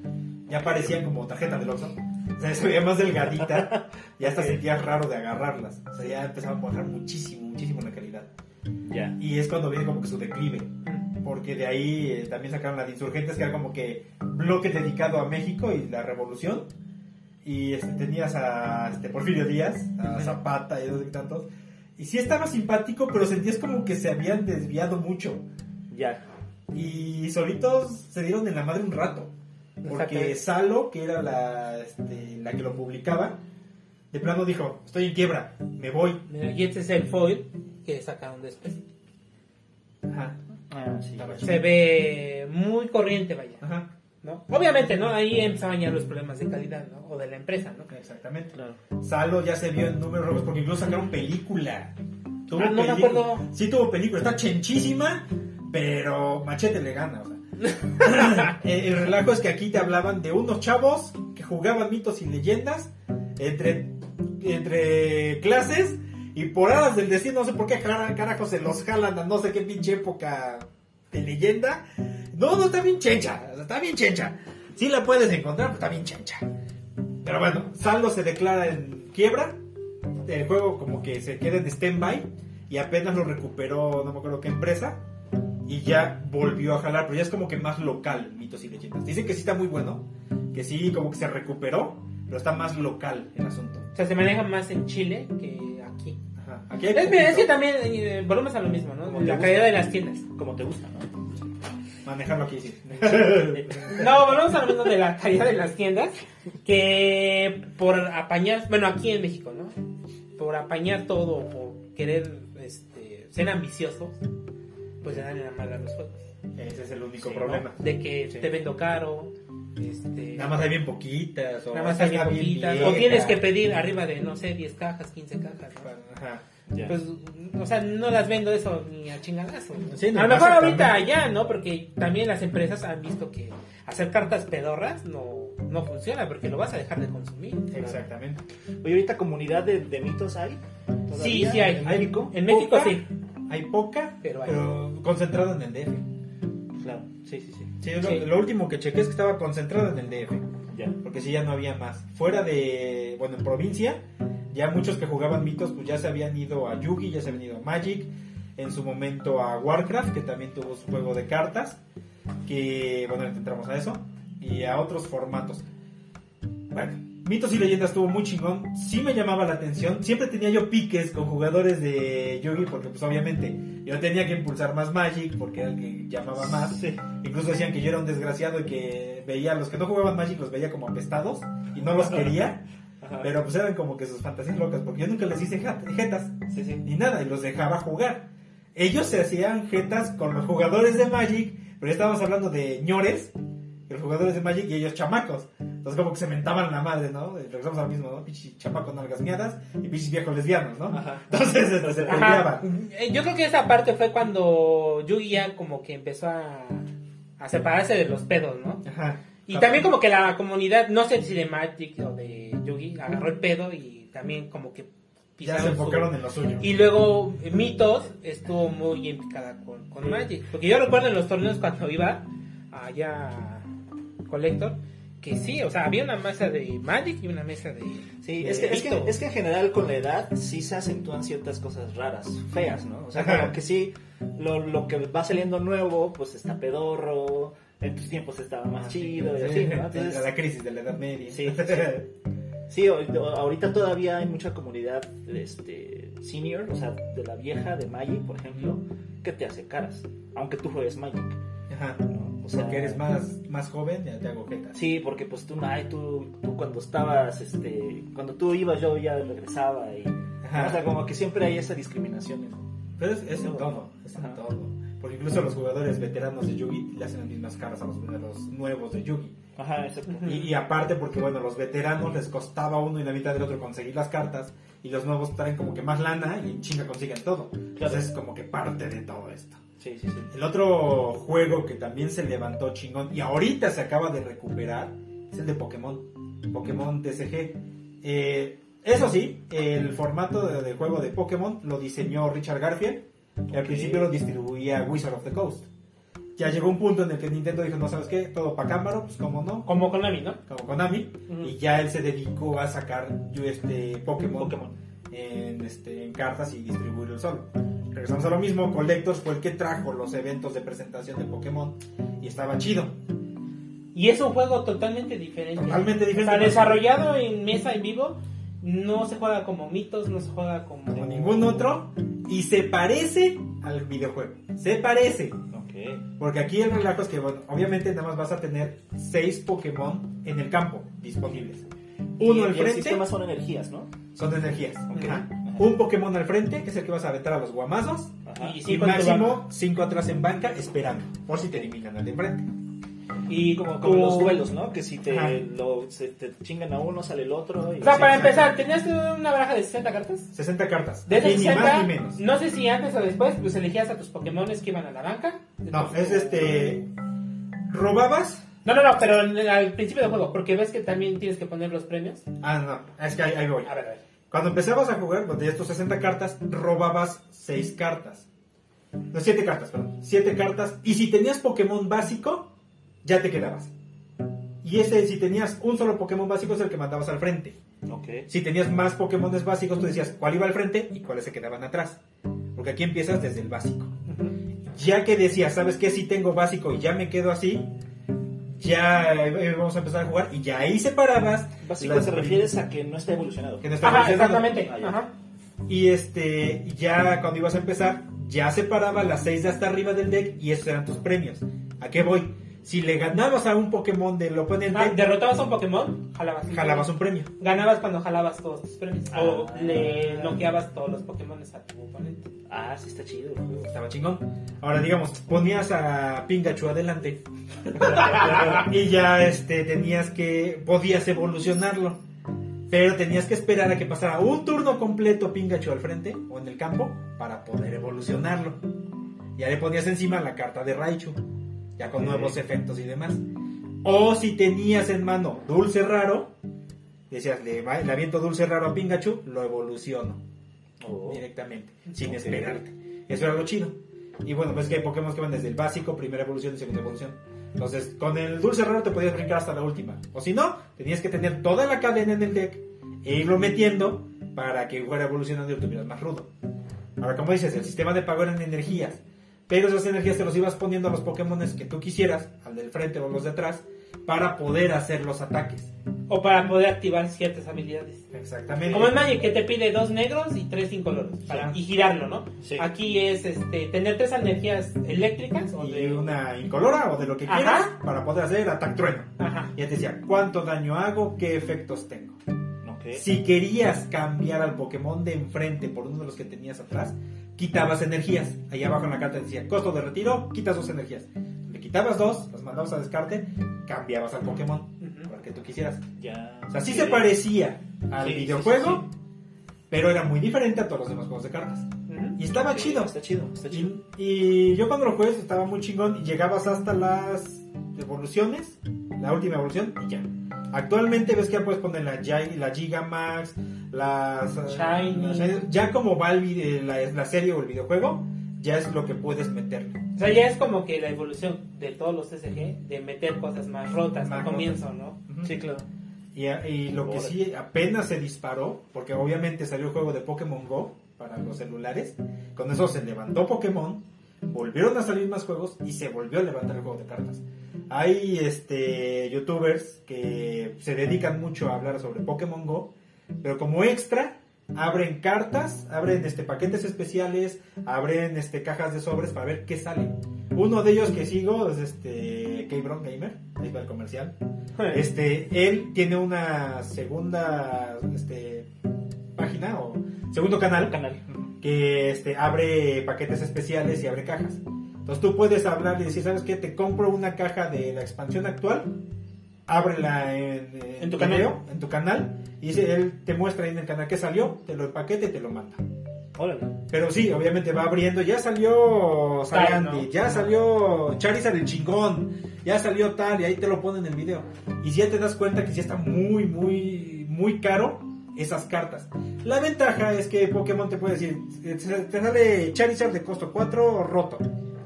Speaker 1: Ya parecían como tarjetas del Oxxo. O sea, se veía más delgadita y hasta sentías raro de agarrarlas. O sea, ya empezaba a bajar muchísimo, muchísimo la calidad.
Speaker 2: Ya.
Speaker 1: Y es cuando viene como que su declive. Porque de ahí eh, también sacaron la de Insurgentes, que era como que bloque dedicado a México y la revolución. Y este, tenías a este, Porfirio Díaz, a Zapata y otros tantos. Y sí estaba simpático, pero sentías como que se habían desviado mucho.
Speaker 2: Ya.
Speaker 1: Y solitos se dieron en la madre un rato. Porque
Speaker 3: Exactamente.
Speaker 1: Salo, que era la, este, la que lo publicaba, de plano dijo, estoy en quiebra, me voy.
Speaker 3: Mira, Y este es el foil que sacaron después.
Speaker 1: Ajá,
Speaker 2: Ah, sí.
Speaker 3: Se ve muy corriente, vaya.
Speaker 1: ajá,
Speaker 3: ¿no? Obviamente, ¿no? Ahí empezaban ya los problemas de calidad, ¿no? O de la empresa, ¿no?
Speaker 1: exactamente.
Speaker 2: Claro.
Speaker 1: Salo ya se vio en números rojos porque incluso sacaron película. Tuvo
Speaker 3: Ah, no me
Speaker 1: película.
Speaker 3: acuerdo.
Speaker 1: Sí tuvo película, está chenchísima, pero machete le gana. o sea. el, el relajo es que aquí te hablaban de unos chavos que jugaban mitos y leyendas entre, entre clases y por aras del destino, no sé por qué cara- carajo se los jalan a no sé qué pinche época de leyenda. No, no, está bien chencha, o sea, está bien chencha. Sí la puedes encontrar, pero está bien chencha. Pero bueno, Saldo se declara en quiebra. El juego como que se queda en stand-by. Y apenas lo recuperó, no me acuerdo qué empresa. y ya volvió a jalar, pero ya es como que más local, mitos y leyendas. Dicen que sí está muy bueno, que sí como que se recuperó, pero está más local el asunto.
Speaker 3: O sea, se maneja más en Chile que aquí.
Speaker 1: Ajá. Aquí hay
Speaker 3: Es, mira, es
Speaker 1: poquito.
Speaker 3: que también eh, volvemos a lo mismo, ¿no?
Speaker 2: Como te
Speaker 3: La
Speaker 2: gusta.
Speaker 3: caída de las tiendas.
Speaker 2: Como te gusta, ¿no?
Speaker 1: manejarlo aquí sí.
Speaker 3: No, volvemos a lo mismo de la caída de las tiendas. Que por apañar, bueno, aquí en México, ¿no? Por apañar todo, por querer este, ser ambiciosos, pues le dan en la mala a los juegos.
Speaker 1: Ese es el único
Speaker 2: Sí,
Speaker 1: problema.
Speaker 3: De que
Speaker 1: Sí.
Speaker 3: te vendo caro, este,
Speaker 1: Nada más hay bien poquitas. O
Speaker 3: nada más
Speaker 1: esta
Speaker 3: hay bien
Speaker 1: está bien
Speaker 3: poquitas,
Speaker 1: vieja.
Speaker 3: O tienes que pedir arriba de, no sé, 10 cajas, 15 cajas. ¿no?
Speaker 1: Ajá.
Speaker 2: Ya.
Speaker 3: Pues, o sea, no las vendo eso ni a chingadazo. ¿no?
Speaker 1: Sí, no,
Speaker 3: a lo mejor
Speaker 1: exactamente.
Speaker 3: ahorita ya, ¿no? Porque también las empresas han visto que hacer cartas pedorras no, no funciona porque lo vas a dejar de consumir.
Speaker 1: Exactamente.
Speaker 2: Oye, ahorita comunidad de, de mitos hay.
Speaker 3: Sí,
Speaker 2: ¿Todavía?
Speaker 3: sí hay.
Speaker 2: ¿En
Speaker 1: Hay-
Speaker 2: México?
Speaker 3: En México
Speaker 1: Poca,
Speaker 3: sí.
Speaker 1: Hay poca,
Speaker 3: Pero
Speaker 1: pero,
Speaker 3: hay.
Speaker 1: concentrada en el DF.
Speaker 2: Claro, sí, sí, sí.
Speaker 1: Sí, lo-
Speaker 3: Sí.
Speaker 1: Lo, último que chequé es que estaba concentrada en el DF.
Speaker 2: Ya.
Speaker 1: Porque si ya no había más. Fuera de, bueno, en provincia, ya muchos que jugaban mitos, pues ya se habían ido a Yugi, ya se habían ido a Magic, en su momento a Warcraft, que también tuvo su juego de cartas, que, bueno, ahorita entramos a eso, y a otros formatos. Bueno, mitos y leyendas estuvo muy chingón, sí me llamaba la atención, siempre tenía yo piques con jugadores de Yugi, porque pues obviamente yo tenía que impulsar más Magic, porque era el que llamaba más.
Speaker 2: Sí.
Speaker 1: Incluso decían que yo era un desgraciado y que veía a los que no jugaban Magic los veía como apestados y no los quería,
Speaker 2: Ajá.
Speaker 1: pero pues eran como que sus fantasías locas, porque yo nunca les hice ja- jetas
Speaker 2: Sí, sí.
Speaker 1: ni nada y los dejaba jugar. Ellos se hacían jetas con los jugadores de Magic, pero ya estábamos hablando de ñores, y los jugadores de Magic y ellos chamacos. Entonces como que se mentaban la madre, ¿no? Y Regresamos al mismo, ¿no? Pichis chamacos nalgas miadas y pichis viejos lesbianos, ¿no?
Speaker 2: Ajá.
Speaker 1: Entonces este, se
Speaker 3: Ajá.
Speaker 1: peleaban.
Speaker 3: Eh, Yo creo que esa parte fue cuando Yugi ya como que empezó a, a separarse de los pedos, ¿no?
Speaker 1: Ajá.
Speaker 3: Y también como que la comunidad, no sé si de Magic o de Yugi, agarró el pedo y también como que
Speaker 1: Ya
Speaker 3: pisaron
Speaker 1: se
Speaker 3: su-
Speaker 1: enfocaron en lo suyo.
Speaker 3: Y luego eh, Mitos estuvo muy en picada con, con Magic. Porque yo recuerdo en los torneos cuando iba allá a Collector, que sí, o sea, había una mesa de Magic y una mesa de...
Speaker 2: Sí,
Speaker 3: de
Speaker 2: es que, es, que,
Speaker 3: Mito.
Speaker 2: es que en general con la edad sí se acentúan ciertas cosas raras, feas, ¿no? O sea, como que sí, lo, lo que va saliendo nuevo, pues está pedorro, en tus tiempos estaba
Speaker 1: Ah,
Speaker 2: más chido y así, ¿no?
Speaker 1: A
Speaker 2: Entonces,
Speaker 1: la crisis de la Edad Media.
Speaker 2: Sí, sí, o- ahorita todavía hay mucha comunidad este, senior, o sea, de la vieja, de Magic, por ejemplo, que te hace caras, aunque tú juegues Magic,
Speaker 1: Ajá.
Speaker 2: ¿no? O
Speaker 1: O sea, que eres más, más joven, ya te hago jetas.
Speaker 2: Sí, porque pues tú, ay, tú, tú cuando estabas, este, cuando tú ibas yo ya regresaba y...
Speaker 1: Ajá.
Speaker 2: O sea, como que siempre hay esa discriminación. ¿no?
Speaker 1: Pero es, es en todo, es en
Speaker 2: Ajá.
Speaker 1: todo. Porque incluso los jugadores veteranos de Yugi le hacen las mismas caras a los, a los nuevos de Yugi.
Speaker 2: Ajá, exacto.
Speaker 3: Ujú.
Speaker 1: Y, y aparte porque, bueno, los veteranos les costaba uno y la mitad del otro conseguir las cartas y los nuevos traen como que más lana y en China consiguen todo. Entonces es como que parte de todo esto.
Speaker 2: Sí, sí, sí.
Speaker 1: El otro juego que también se levantó chingón y ahorita se acaba de recuperar es el de Pokémon. Pokémon TCG. Eh, eso sí, el formato de, de juego de Pokémon lo diseñó Richard Garfield. y Al
Speaker 2: Ok.
Speaker 1: principio lo distribuía Wizard of the Coast. Ya llegó un punto en el que Nintendo dijo, no sabes qué, todo para Cámara, pues como no,
Speaker 3: Como Konami, ¿no?
Speaker 1: como Konami.
Speaker 3: Ujú.
Speaker 1: Y ya él se dedicó a sacar yo este Pokémon,
Speaker 2: Pokémon.
Speaker 1: En, este, en cartas y distribuirlo solo. Regresamos a lo mismo, Collectors fue el que trajo los eventos de presentación de Pokémon y estaba chido.
Speaker 3: Y es un juego totalmente diferente.
Speaker 1: Totalmente
Speaker 3: O
Speaker 1: diferente.
Speaker 3: sea, desarrollado en mesa en vivo, no se juega como Mitos, no se juega como...
Speaker 1: como ningún otro y se parece al videojuego. Se parece.
Speaker 2: Ok.
Speaker 1: Porque aquí el relajo es que, bueno, obviamente nada más vas a tener 6 Pokémon en el campo disponibles. Uno
Speaker 2: y,
Speaker 1: al
Speaker 2: y el
Speaker 1: frente
Speaker 2: sistema son energías, ¿no?
Speaker 1: son de energías.
Speaker 2: Ok.
Speaker 1: Ajá.
Speaker 2: Ajá.
Speaker 1: Un Pokémon al frente, que es el que vas a aventar a los guamazos.
Speaker 2: Ajá.
Speaker 3: Y-
Speaker 1: Y,
Speaker 3: cinco en tu
Speaker 1: máximo 5 atrás en banca esperando. Por si te eliminan al de enfrente.
Speaker 3: Y
Speaker 2: Como,
Speaker 3: como...
Speaker 2: como los duelos, ¿no? Que si
Speaker 1: Ajá.
Speaker 2: te, lo, se- te chingan a uno, sale el otro. Y,
Speaker 3: O sea,
Speaker 1: Sí,
Speaker 3: para
Speaker 1: exacto.
Speaker 3: empezar, ¿tenías una baraja de 60 cartas?
Speaker 1: 60 cartas.
Speaker 3: De esas
Speaker 1: Y ni
Speaker 3: 60,
Speaker 1: más ni menos.
Speaker 3: no sé si antes o después, pues elegías a tus Pokémones que iban a la banca.
Speaker 1: No, es este. Robabas.
Speaker 3: No, no, no, pero en- al principio del juego, porque ves que también tienes que poner los premios.
Speaker 1: Ah, no, es que ahí, ahí voy.
Speaker 3: A ver, a ver.
Speaker 1: Cuando empezabas a jugar, cuando tenías tus 60 cartas, robabas 6 cartas. No, 7 cartas, perdón. 7 cartas. Y si tenías Pokémon básico, ya te quedabas. Y ese, si tenías un solo Pokémon básico, es el que mandabas al frente.
Speaker 2: Ok.
Speaker 1: Si tenías más Pokémones básicos, tú decías cuál iba al frente y cuáles se quedaban atrás. Porque aquí empiezas desde el básico. ya que decía, ¿sabes qué? Si tengo básico y ya me quedo así, ya eh, vamos a empezar a jugar y ya ahí separabas.
Speaker 2: Básicamente
Speaker 1: las-
Speaker 2: se refieres a que no está evolucionado.
Speaker 1: que no está
Speaker 3: Ajá,
Speaker 1: presentando.
Speaker 3: exactamente.
Speaker 2: Ah, ya.
Speaker 3: Ajá.
Speaker 1: Y este, ya cuando ibas a empezar, ya separaba las 6 de hasta arriba del deck y esos eran tus premios. ¿A qué voy? Si le ganabas a un Pokémon del oponente,
Speaker 3: Ah, derrotabas a un Pokémon, jalabas. un
Speaker 1: jalabas
Speaker 3: premio.
Speaker 1: un premio.
Speaker 3: Ganabas cuando jalabas todos tus premios. o
Speaker 2: Ah.
Speaker 3: le bloqueabas todos los Pokémon a tu oponente.
Speaker 2: Ah, sí está chido.
Speaker 1: Estaba chingón. Ahora digamos, ponías a Pikachu adelante. y ya este tenías que podías evolucionarlo. Pero tenías que esperar a que pasara un turno completo Pikachu al frente o en el campo para poder evolucionarlo. Ya le ponías encima la carta de Raichu, ya con
Speaker 2: Ok.
Speaker 1: nuevos efectos y demás. O si tenías en mano Dulce Raro, decías, le, va- le aviento Dulce Raro a Pikachu, lo evoluciono
Speaker 2: Oh.
Speaker 1: directamente, sin
Speaker 2: Ok.
Speaker 1: esperarte. Eso era lo chido. Y bueno, pues que hay Pokémon que van desde el básico, primera evolución y segunda evolución. Entonces, con el dulce raro te podías brincar hasta la última. O si no, tenías que tener toda la cadena en el deck e irlo metiendo para que fuera evolucionando y lo tuvieras más rudo. Ahora, como dices, el sistema de pago eran energías. Pero esas energías te los ibas poniendo a los Pokémon que tú quisieras, al del frente o los de atrás, para poder hacer los ataques.
Speaker 3: O para poder activar ciertas habilidades.
Speaker 1: Exactamente.
Speaker 3: Como en Magic que te pide dos negros y tres incolores para,
Speaker 1: Sí.
Speaker 3: y girarlo, ¿no?
Speaker 2: Sí.
Speaker 3: Aquí es este, tener tres energías eléctricas o
Speaker 1: Y
Speaker 3: de
Speaker 1: una incolora o de lo que
Speaker 3: Ajá.
Speaker 1: quieras para poder hacer ataque trueno.
Speaker 3: Ajá.
Speaker 1: Ya te decía, ¿cuánto daño hago? ¿Qué efectos tengo?
Speaker 2: Ok.
Speaker 1: Si querías cambiar al Pokémon de enfrente por uno de los que tenías atrás, quitabas energías. Allá abajo en la carta decía, costo de retiro, quitas dos energías. Le quitabas dos, las mandabas a descarte, cambiabas al Pokémon
Speaker 3: Ujú.
Speaker 1: para que tú quisieras.
Speaker 2: Ya.
Speaker 1: O sea, sí
Speaker 2: Ok.
Speaker 1: se parecía al
Speaker 2: Sí, sí,
Speaker 1: videojuego,
Speaker 2: sí,
Speaker 1: pero era muy diferente a todos los demás juegos de cartas.
Speaker 3: Ujú.
Speaker 1: Y estaba
Speaker 2: Ok,
Speaker 1: Ah, chido. Mm.
Speaker 2: Está chido, está chido.
Speaker 1: Y, y yo cuando lo jugué estaba muy chingón y llegabas hasta las evoluciones, la última evolución y ya. Actualmente ves que ya puedes poner la, Gi- la Gigamax, las... eh,
Speaker 3: Shiny.
Speaker 1: las Shiny. ya como va el vide- la, la serie o el videojuego, ya es lo que puedes meterle.
Speaker 3: O sea, ya es como que la evolución de todos los SG de meter cosas más rotas
Speaker 1: Más
Speaker 3: al comienzo, ¿no?
Speaker 1: Ujú.
Speaker 2: Sí, claro.
Speaker 1: Y, y lo que sí apenas se disparó, porque obviamente salió el juego de Pokémon Go para los celulares, con eso se levantó Pokémon, volvieron a salir más juegos y se volvió a levantar el juego de cartas. Hay este youtubers que se dedican mucho a hablar sobre Pokémon Go, pero como extra abren cartas, abren este paquetes especiales, abren este cajas de sobres para ver qué sale. Uno de ellos que sigo es este K-Bron Gamer, ahí va el comercial. Este, él tiene una segunda este, página o segundo canal
Speaker 2: Canal.
Speaker 1: que este, abre paquetes especiales y abre cajas. Entonces tú puedes hablar y decir, ¿sabes qué? Te compro una caja de la expansión actual, ábrela en, eh,
Speaker 3: En tu
Speaker 1: video, en tu canal, y dice- él te muestra ahí en el canal que salió, te lo empaqueta y te lo manda.
Speaker 2: Órale.
Speaker 1: Pero sí, obviamente va abriendo. Ya salió Sarandi,
Speaker 3: ¿no?
Speaker 1: ya salió Charizard el chingón, ya salió tal, y ahí te lo ponen en el video. Y si ya te das cuenta que ya está muy, muy, muy caro esas cartas. La ventaja es que Pokémon te puede decir, eh, te te sale Charizard de costo 4 roto,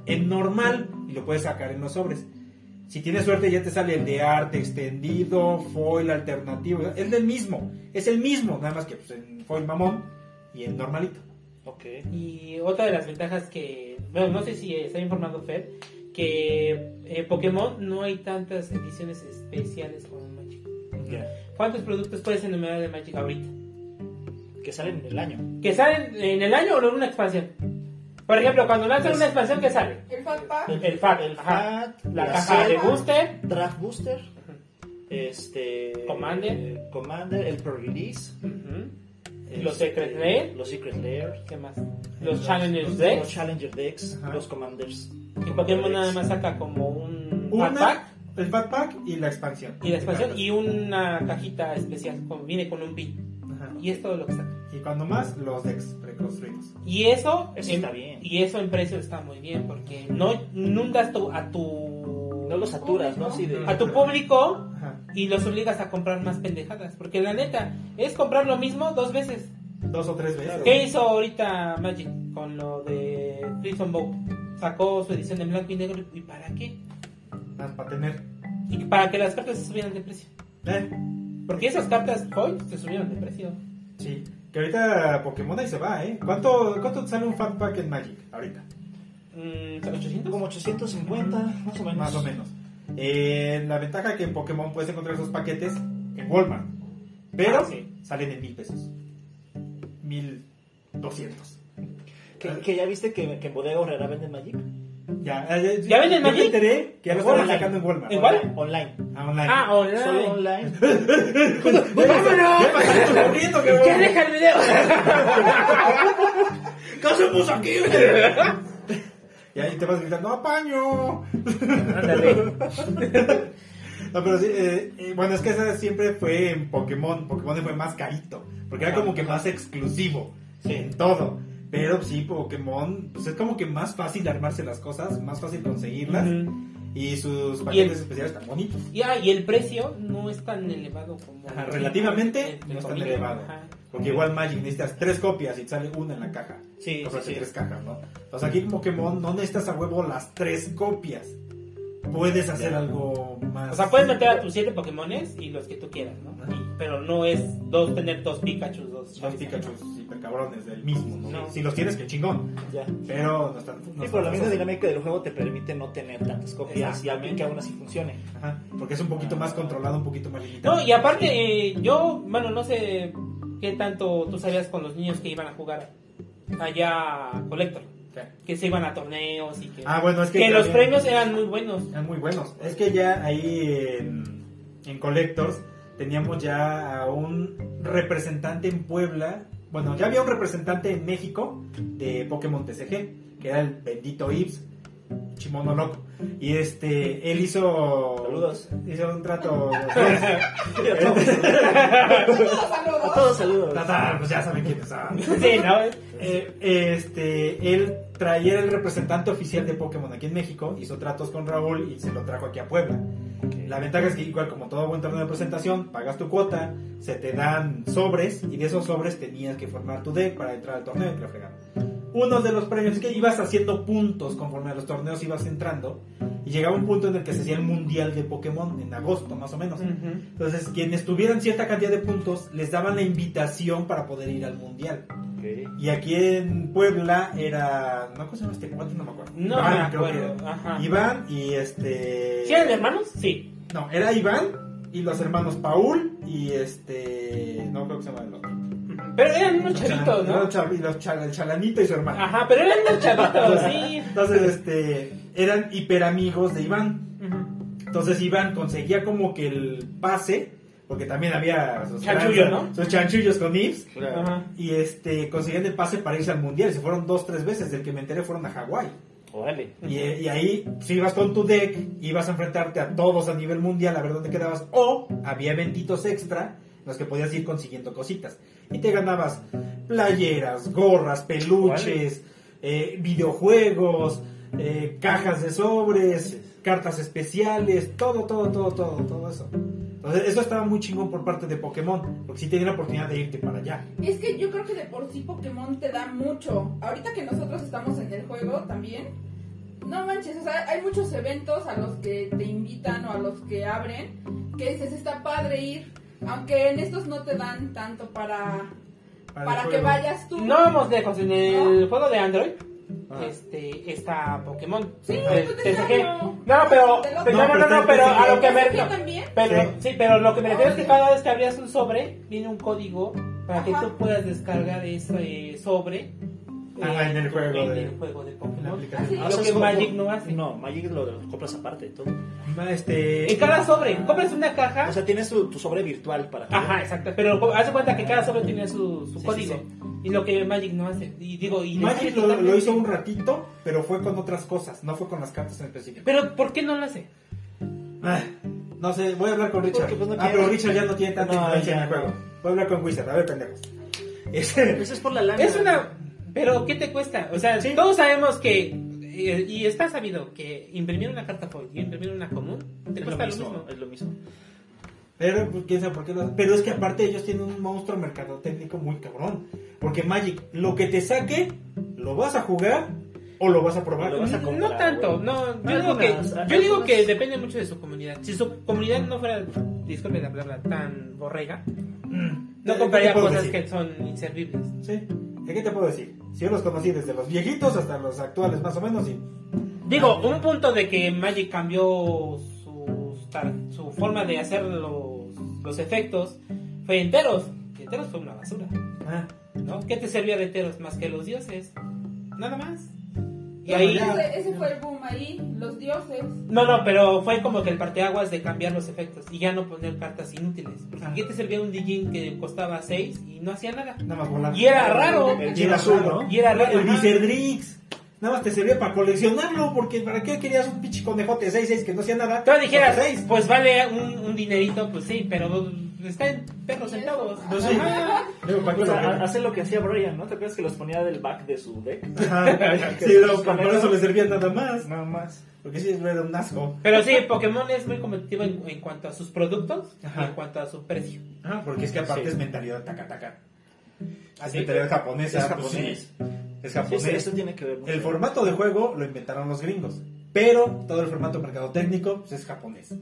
Speaker 1: en normal, y lo puedes sacar en los sobres. Si tienes suerte ya te sale el de arte extendido, foil alternativo, es del mismo, es el mismo, nada más que pues, en foil mamón y en normalito.
Speaker 2: Ok.
Speaker 3: Y otra de las ventajas que, bueno, no sé si está informando Fer, que eh, Pokémon no hay tantas ediciones especiales como en Magic.
Speaker 2: Ya.
Speaker 3: ¿Cuántos productos puedes enumerar de Magic ahorita?
Speaker 2: Que salen en el año.
Speaker 3: ¿Que salen en el año o en una expansión? Por ejemplo, cuando lanzan
Speaker 2: Pues-
Speaker 3: una expansión, ¿qué sale?
Speaker 4: El Falpa.
Speaker 3: El FAT,
Speaker 2: El
Speaker 3: ajá.
Speaker 2: FAT,
Speaker 3: La caja de
Speaker 2: Cell,
Speaker 3: booster.
Speaker 2: Draft Booster. Este.
Speaker 3: Commander.
Speaker 2: eh, Commander, el Pro Release.
Speaker 3: Ujú.
Speaker 2: este,
Speaker 3: Los Secret Lair.
Speaker 2: Los Secret Lair.
Speaker 3: ¿Qué más? Los Challengers Deck.
Speaker 2: Los Challenger Decks.
Speaker 1: Ajá.
Speaker 2: Los Commanders.
Speaker 3: Que Pokémon nada
Speaker 2: Decks.
Speaker 3: más saca como un
Speaker 1: Una,
Speaker 3: pack
Speaker 1: el Fat Pack y la expansión.
Speaker 3: y la expansión y una cajita especial. con- viene con un pin.
Speaker 1: Ajá.
Speaker 3: Y es todo lo que saca.
Speaker 1: Y cuando más, los decks preconstruidos.
Speaker 3: Y eso,
Speaker 2: Eso
Speaker 3: en-
Speaker 2: está bien.
Speaker 3: Y eso en precio está muy bien porque no nunca a tu, a tu
Speaker 2: No los saturas, ¿no? Así de.
Speaker 3: a tu público
Speaker 1: Ajá.
Speaker 3: y los obligas a comprar más pendejadas, porque la neta es comprar lo mismo dos veces.
Speaker 1: Dos o tres veces.
Speaker 3: ¿Qué hizo ahorita Magic con lo de Prison Bow? Sacó su edición en blanco y negro y para qué?
Speaker 1: Más para tener.
Speaker 3: Y para que las cartas se subieran de precio.
Speaker 1: Eh,
Speaker 3: Porque esas cartas hoy se subieron de precio.
Speaker 1: Sí. Que ahorita Pokémon ahí se va, ¿eh? ¿Cuánto, cuánto te sale un Fat Pack en Magic ahorita?
Speaker 3: Mm, ¿800?
Speaker 2: Como 850, más o menos.
Speaker 1: Más o menos. Eh, la ventaja que en Pokémon puedes encontrar esos paquetes en Walmart. Pero
Speaker 3: Ah, sí.
Speaker 1: salen en mil pesos. Mil doscientos.
Speaker 2: Que, que ya viste que, que en Bodega Horrera venden Magic.
Speaker 1: Ya,
Speaker 3: ¿Ya venden
Speaker 1: Yo me
Speaker 3: Magic?
Speaker 1: enteré que ya lo estaban
Speaker 2: Online.
Speaker 1: sacando en Walmart.
Speaker 3: ¿En cuál?
Speaker 2: Online.
Speaker 1: Ah, online.
Speaker 3: Ah, online.
Speaker 2: Solo online.
Speaker 1: Ya me estoy descubriendo, cabrón.
Speaker 3: ¡Ya deja el video!
Speaker 2: ¿Qué hacemos aquí?
Speaker 1: Y ahí te vas gritando, ¡apaño!
Speaker 3: Ándale.
Speaker 1: No, pero sí, eh, eh, bueno, es que esa siempre fue en Pokémon. Pokémon fue más carito, porque era como que más exclusivo en todo. Pero sí, Pokémon, pues es como que más fácil armarse las cosas, más fácil conseguirlas.
Speaker 3: Ujú.
Speaker 1: Y sus paquetes
Speaker 3: el-
Speaker 1: especiales tan bonitos.
Speaker 3: y, ah, y el precio no es tan elevado como.
Speaker 1: Ajá, relativamente, no es tan
Speaker 3: comillas.
Speaker 1: elevado.
Speaker 3: Ajá.
Speaker 1: Porque igual Magic necesitas tres copias y te sale una en la caja.
Speaker 3: Sí,
Speaker 1: Cosas de
Speaker 3: sí, sí.
Speaker 1: tres cajas, ¿no? Entonces aquí en Pokémon no necesitas a huevo las tres copias. Puedes hacer algo más.
Speaker 3: O sea, puedes meter a tus 7 Pokémones y los que tú quieras, ¿no?
Speaker 1: Ajá.
Speaker 3: Y- pero no es dos, tener dos Pikachu, dos
Speaker 1: Son
Speaker 3: Charizard.
Speaker 1: Pikachu hipercabrones del mismo, ¿no?
Speaker 3: No.
Speaker 1: Si los tienes, que chingón.
Speaker 2: Ya.
Speaker 1: Pero no están.
Speaker 2: Sí, pero la misma dinámica del juego te permite no tener tantas copias y a mí que aún así funcione.
Speaker 1: Ajá, porque es un poquito más controlado, un poquito más limitado.
Speaker 3: Ah. No, y aparte, eh, yo, bueno, no sé qué tanto tú sabías con los niños que iban a jugar allá a Collector, que se iban a torneos y que,
Speaker 1: Ah, bueno, es que.
Speaker 3: que los
Speaker 1: también
Speaker 3: premios eran muy buenos.
Speaker 1: Eran muy buenos. Es que ya ahí en, en Collectors teníamos ya a un representante en Puebla. Bueno, ya había un representante en México de Pokémon TCG, que era el bendito Ibs, Chimono Loco. Y este, él hizo.
Speaker 2: Saludos.
Speaker 1: Hizo un trato.
Speaker 2: A todos saludos.
Speaker 1: Ah, pues ya saben quién es. ah.
Speaker 3: Sí, ¿no?
Speaker 1: Eh, este, él traía era el representante oficial de Pokémon aquí en México, hizo tratos con Raúl y se lo trajo aquí a Puebla. La ventaja es que igual como todo buen torneo de presentación, pagas tu cuota, se te dan sobres y de esos sobres tenías que formar tu deck para entrar al torneo y te la fregada. Uno de los premios es que ibas haciendo puntos conforme a los torneos ibas entrando y llegaba un punto en el que se hacía el mundial de Pokémon en agosto más o menos.
Speaker 3: Ujú.
Speaker 1: Entonces quienes tuvieran cierta cantidad de puntos les daban la invitación para poder ir al mundial. Y aquí en Puebla era. No, ¿cómo se llama este cuate? No me acuerdo.
Speaker 3: No me acuerdo,
Speaker 1: que era.
Speaker 3: ajá.
Speaker 1: Iván y este.
Speaker 3: ¿Sí eran hermanos? Sí.
Speaker 1: No, era Iván y los hermanos Paul y este. No creo que se llama el otro.
Speaker 3: Pero eran unos chavitos,
Speaker 1: Era
Speaker 3: ¿no? Ah.
Speaker 1: el chav- y los chal- el chalanito y su hermano.
Speaker 3: Ajá, pero eran unos chavitos, sí.
Speaker 1: Entonces, este. Eran hiperamigos de Iván.
Speaker 3: Ujú.
Speaker 1: Entonces, Iván conseguía como que el pase. Porque también había sus,
Speaker 3: Chanchullo,
Speaker 1: tranzas,
Speaker 3: ¿no?
Speaker 1: sus chanchullos con Ibs.
Speaker 3: Ajá.
Speaker 1: Y este, conseguían el pase para irse al mundial. y Se fueron dos, tres veces. Del que me enteré fueron a Hawái.
Speaker 2: Órale.
Speaker 1: Y, y ahí, si ibas con tu deck, ibas a enfrentarte a todos a nivel mundial a ver dónde quedabas. O había eventitos extra en los que podías ir consiguiendo cositas. Y te ganabas playeras, gorras, peluches, eh, videojuegos, eh, cajas de sobres, cartas especiales, todo, todo, todo, todo, todo eso. Entonces, eso estaba muy chingón por parte de Pokémon, porque sí tenía la oportunidad de irte para allá.
Speaker 4: Es que yo creo que de por sí Pokémon te da mucho. Ahorita que nosotros estamos en el juego también, no manches, o sea, hay muchos eventos a los que te invitan o a los que abren, que dices, está padre ir, aunque en estos no te dan tanto para,
Speaker 1: el
Speaker 4: para que
Speaker 1: juego.
Speaker 4: vayas tú.
Speaker 3: No vamos lejos, en el juego de Android
Speaker 1: Ah.
Speaker 4: pues,
Speaker 3: este, está Pokémon.
Speaker 4: Sí,
Speaker 3: El
Speaker 4: pues,
Speaker 3: TCG.
Speaker 4: claro.
Speaker 3: No, pero,
Speaker 4: Del otro.
Speaker 3: pero-
Speaker 1: No,
Speaker 3: no, no,
Speaker 1: pero
Speaker 3: no, pero
Speaker 1: está el
Speaker 3: a lo que
Speaker 4: TCG
Speaker 3: me refiero.
Speaker 4: también.
Speaker 3: Pero,
Speaker 1: Sí.
Speaker 3: sí, pero lo que me refiero es que cada vez que abrías un sobre, viene un código para que
Speaker 4: Ajá.
Speaker 3: tú puedas descargar ese eh, sobre. eh,
Speaker 1: Ah, en el juego
Speaker 3: en
Speaker 1: de-
Speaker 3: el juego de
Speaker 1: en la
Speaker 3: Pokémon.
Speaker 1: aplicación.
Speaker 4: Ah,
Speaker 3: Lo
Speaker 2: ¿sabes
Speaker 3: que
Speaker 2: cómo?
Speaker 3: Magic no hace.
Speaker 2: No, Magic lo, lo compras aparte y todo.
Speaker 1: Ma, Este,
Speaker 3: En cada sobre, compras una caja.
Speaker 2: O sea, tienes tu, tu sobre virtual para jugar.
Speaker 3: Ajá, exacto. Pero hace cuenta que cada sobre tiene su, su
Speaker 2: Sí,
Speaker 3: código.
Speaker 2: sí,
Speaker 3: Y lo que Magic no hace. Y digo, y
Speaker 1: Magic
Speaker 3: hace
Speaker 1: lo, lo
Speaker 3: totalmente.
Speaker 1: hizo un ratito, pero fue con otras cosas, no fue con las cartas en específico.
Speaker 3: Pero ¿por qué no lo hace?
Speaker 1: Ah, no sé, voy a hablar con Richard.
Speaker 2: Porque, pues, no
Speaker 1: ah,
Speaker 2: quiere.
Speaker 1: pero Richard ya no tiene tanta
Speaker 2: No,
Speaker 1: influencia en
Speaker 2: ya
Speaker 1: el juego.
Speaker 2: no.
Speaker 1: Voy a hablar con Wizard, a ver, pendejos. Este,
Speaker 2: Eso es por la lana.
Speaker 3: Es una... Pero ¿qué te cuesta? O sea, todos sabemos que... eh, Y está sabido que imprimir una carta foil y imprimir una común te
Speaker 2: Es lo
Speaker 3: cuesta lo
Speaker 2: mismo,
Speaker 3: mismo.
Speaker 2: es lo mismo.
Speaker 1: pero, pues, quién sabe por qué lo- Pero es que aparte ellos tienen un monstruo mercadotécnico muy cabrón. Porque Magic, lo que te saque, ¿lo vas a jugar o lo vas a probar?
Speaker 2: Lo vas a comprar,
Speaker 3: no tanto,
Speaker 2: güey.
Speaker 3: no, yo digo,
Speaker 2: Algunas,
Speaker 3: que, yo digo
Speaker 2: algunas.
Speaker 3: que depende mucho de su comunidad. Si su comunidad no fuera, disculpe la palabra, tan borrega,
Speaker 1: Mm.
Speaker 3: no
Speaker 1: Eh,
Speaker 3: compraría
Speaker 1: ¿qué te puedo
Speaker 3: cosas
Speaker 1: decir?
Speaker 3: que son inservibles.
Speaker 1: Sí. ¿Qué qué te puedo decir? Si yo los conocí desde los viejitos hasta los actuales, más o menos, y
Speaker 3: Digo, un punto de que Magic cambió su, tar- su forma de hacer los, los efectos fue enteros. Y enteros fue una basura,
Speaker 1: ah,
Speaker 3: ¿no? ¿Qué te servía de enteros más que los dioses? Nada más. Y
Speaker 1: Claro,
Speaker 3: ahí...
Speaker 1: ya.
Speaker 4: Ese, ese fue el boom ahí, los dioses.
Speaker 3: No, no, pero fue como que el parteaguas de cambiar los efectos y ya no poner cartas inútiles. Porque
Speaker 1: Ah.
Speaker 3: ¿qué te servía un Dijin que costaba 6 y no hacía nada?
Speaker 1: nada más volar.
Speaker 3: Y era raro.
Speaker 1: El Jin azul, ¿no?
Speaker 3: Y era raro.
Speaker 1: El
Speaker 3: ajá.
Speaker 1: Vicerdrix. Nada más te servía para coleccionarlo, porque ¿para qué querías un pinche conejote 6-6 que no hacía nada?
Speaker 3: Tú dijeras,
Speaker 1: Porque seis.
Speaker 3: pues vale un, un dinerito, pues sí, pero está en perros centavos.
Speaker 1: No sé.
Speaker 3: Ajá.
Speaker 1: Luego, ¿para qué
Speaker 2: O
Speaker 1: lo
Speaker 2: sea, ha-
Speaker 1: querías?
Speaker 2: hace lo que hacía Brian, ¿no? ¿Te acuerdas que los ponía del back de su deck?
Speaker 1: Ajá. Sí, pero por eso le servía nada más.
Speaker 2: Nada más.
Speaker 1: Porque sí, era un asco.
Speaker 3: Pero sí, Pokémon es muy competitivo en, en cuanto a sus productos
Speaker 1: Ajá.
Speaker 3: y en cuanto a su precio.
Speaker 1: Ah, porque es que aparte
Speaker 2: Sí.
Speaker 1: es mentalidad taca-taca. Es
Speaker 3: Sí.
Speaker 1: mentalidad japonesa.
Speaker 2: Es
Speaker 1: pues,
Speaker 2: japonés.
Speaker 1: sí. Es japonés.
Speaker 2: Sí, sí, esto tiene que ver mucho.
Speaker 1: El formato de juego lo inventaron los gringos, pero todo el formato mercadotécnico pues, es japonés.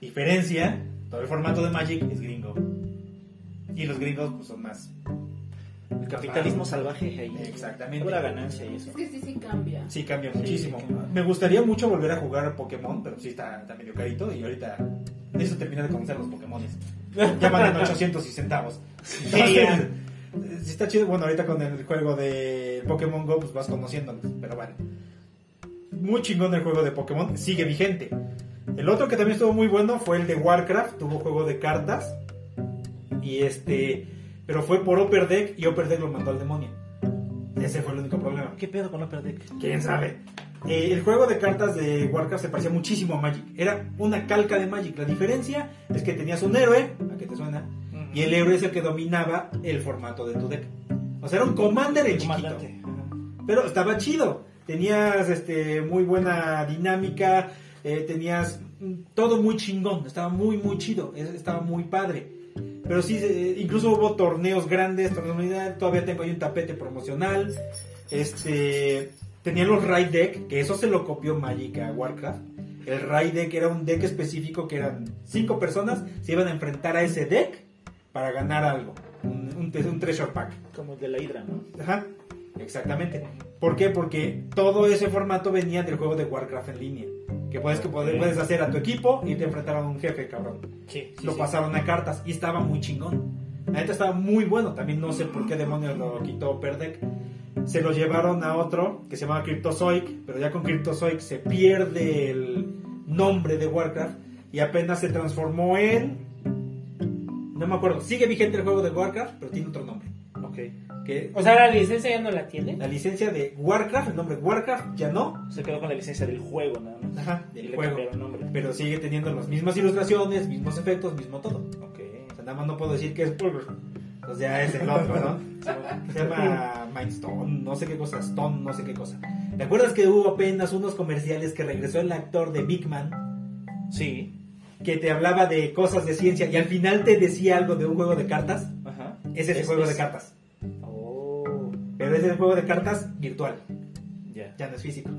Speaker 1: Diferencia, todo el formato de Magic es gringo. Y los gringos pues, son más.
Speaker 2: El capitalismo salvaje ahí.
Speaker 1: Exactamente.
Speaker 2: Pura ganancia y eso.
Speaker 4: Es que sí, sí cambia.
Speaker 1: Sí, cambia
Speaker 2: Sí,
Speaker 1: muchísimo.
Speaker 2: qué mal.
Speaker 1: Me gustaría mucho volver a jugar a Pokémon, pero sí está, está medio carito y ahorita necesito terminar de conocer los Pokémones. Ya van en 800 y centavos. Entonces,
Speaker 2: ya.
Speaker 1: eh, sí está chido. Bueno, ahorita con el juego de Pokémon Go, pues vas conociéndolos. Pero bueno. Muy chingón el juego de Pokémon. Sigue vigente. El otro que también estuvo muy bueno fue el de Warcraft. Tuvo juego de cartas. Y este. Pero fue por Upper Deck y Upper Deck lo mandó al demonio. Ese fue el único problema.
Speaker 2: ¿Qué pedo con Upper Deck?
Speaker 1: ¿Quién sabe? Eh, el juego de cartas de Warcraft se parecía muchísimo a Magic. Era una calca de Magic. La diferencia es que tenías un héroe, a que te suena, y el héroe es el que dominaba el formato de tu deck. O sea, era un commander en chiquito.
Speaker 2: comandante.
Speaker 1: Pero estaba chido. Tenías este, muy buena dinámica, eh, tenías mm, todo muy chingón. Estaba muy, muy chido. es- Estaba muy padre. Pero sí, eh, incluso hubo torneos grandes, torneos de unidad, Todavía tengo ahí un tapete promocional. Este, tenía los Raid Deck, que eso se lo copió Magic a Warcraft. El Raid Deck era un deck específico que eran cinco personas, se iban a enfrentar a ese deck para ganar algo. Un, un, tre- un treasure pack.
Speaker 2: Como el de la Hidra, ¿no?
Speaker 1: Ajá, exactamente. ¿Por qué? Porque todo ese formato venía del juego de Warcraft en línea. Que puedes, que poder- puedes hacer a tu equipo y te enfrentar a un jefe, cabrón.
Speaker 2: Sí.
Speaker 1: lo pasaron a cartas y estaba muy chingón. La neta estaba muy bueno. También no sé por qué demonios lo quitó Perdec. Se lo llevaron a otro que se llamaba Cryptozoic, pero ya con Cryptozoic se pierde el nombre de Warcraft y apenas se transformó en. No me acuerdo. Sigue vigente el juego de Warcraft, pero tiene otro nombre.
Speaker 2: Ok.
Speaker 1: Que
Speaker 3: O sea, la licencia ya no la tiene.
Speaker 1: la licencia de Warcraft, el nombre Warcraft ya no,
Speaker 2: Se quedó con la licencia del juego, nada más.
Speaker 1: Ajá,
Speaker 2: Y
Speaker 1: del
Speaker 2: le
Speaker 1: juego.
Speaker 2: cambiaron nombre.
Speaker 1: pero sigue teniendo las mismas ilustraciones, mismos efectos, mismo todo.
Speaker 2: Ok.
Speaker 1: O sea, nada más no puedo decir que es O sea, es el otro, ¿no? Se llama Mindstone, no sé qué cosa, Stone, no sé qué cosa. ¿Te acuerdas que hubo apenas unos comerciales que regresó el actor de Big Man
Speaker 2: Sí.
Speaker 1: que te hablaba de cosas de ciencia y al final te decía algo de un juego de cartas?
Speaker 2: Ajá.
Speaker 1: Ese es el
Speaker 2: Es-
Speaker 1: juego de
Speaker 2: es-
Speaker 1: cartas.
Speaker 2: Oh.
Speaker 1: Pero ese es el juego de cartas virtual,
Speaker 2: Ya.
Speaker 1: ya no es físico.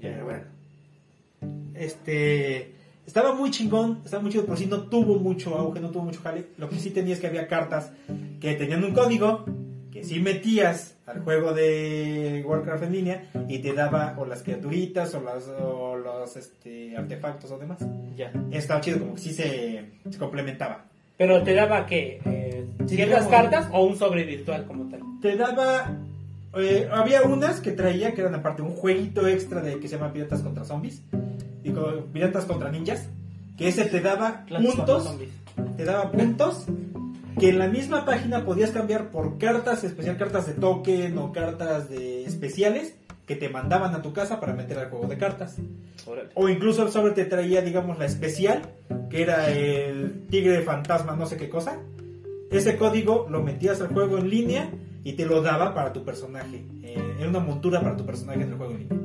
Speaker 2: Ya,
Speaker 1: Pero bueno. Eh, Este. Estaba muy chingón, estaba muy chido, por si no tuvo mucho auge, no tuvo mucho jale. Lo que sí tenía es que había cartas que tenían un código que sí metías al juego de Warcraft en línea y te daba o las criaturitas o, las, o los este, artefactos o demás.
Speaker 2: Ya.
Speaker 1: Estaba chido, como que sí se, se complementaba.
Speaker 3: Pero te daba que eh,
Speaker 1: Sí,
Speaker 3: ciertas
Speaker 1: digamos.
Speaker 3: cartas o un sobre virtual como tal.
Speaker 1: Te daba. eh, había unas que traía que eran aparte un jueguito extra de que se llama Piratas contra Zombies. Digo, Piratas contra Ninjas. Que ese te daba
Speaker 2: Plantas contra
Speaker 1: puntos.
Speaker 2: zombies.
Speaker 1: te daba puntos que en la misma página podías cambiar por cartas especial, cartas de token o cartas de especiales que te mandaban a tu casa para meter al juego de cartas.
Speaker 2: Órale.
Speaker 1: O incluso el sobre te traía, digamos, la especial, que era el tigre fantasma, no sé qué cosa. Ese código lo metías al juego en línea y te lo daba para tu personaje. Eh, era una montura para tu personaje en el juego en línea.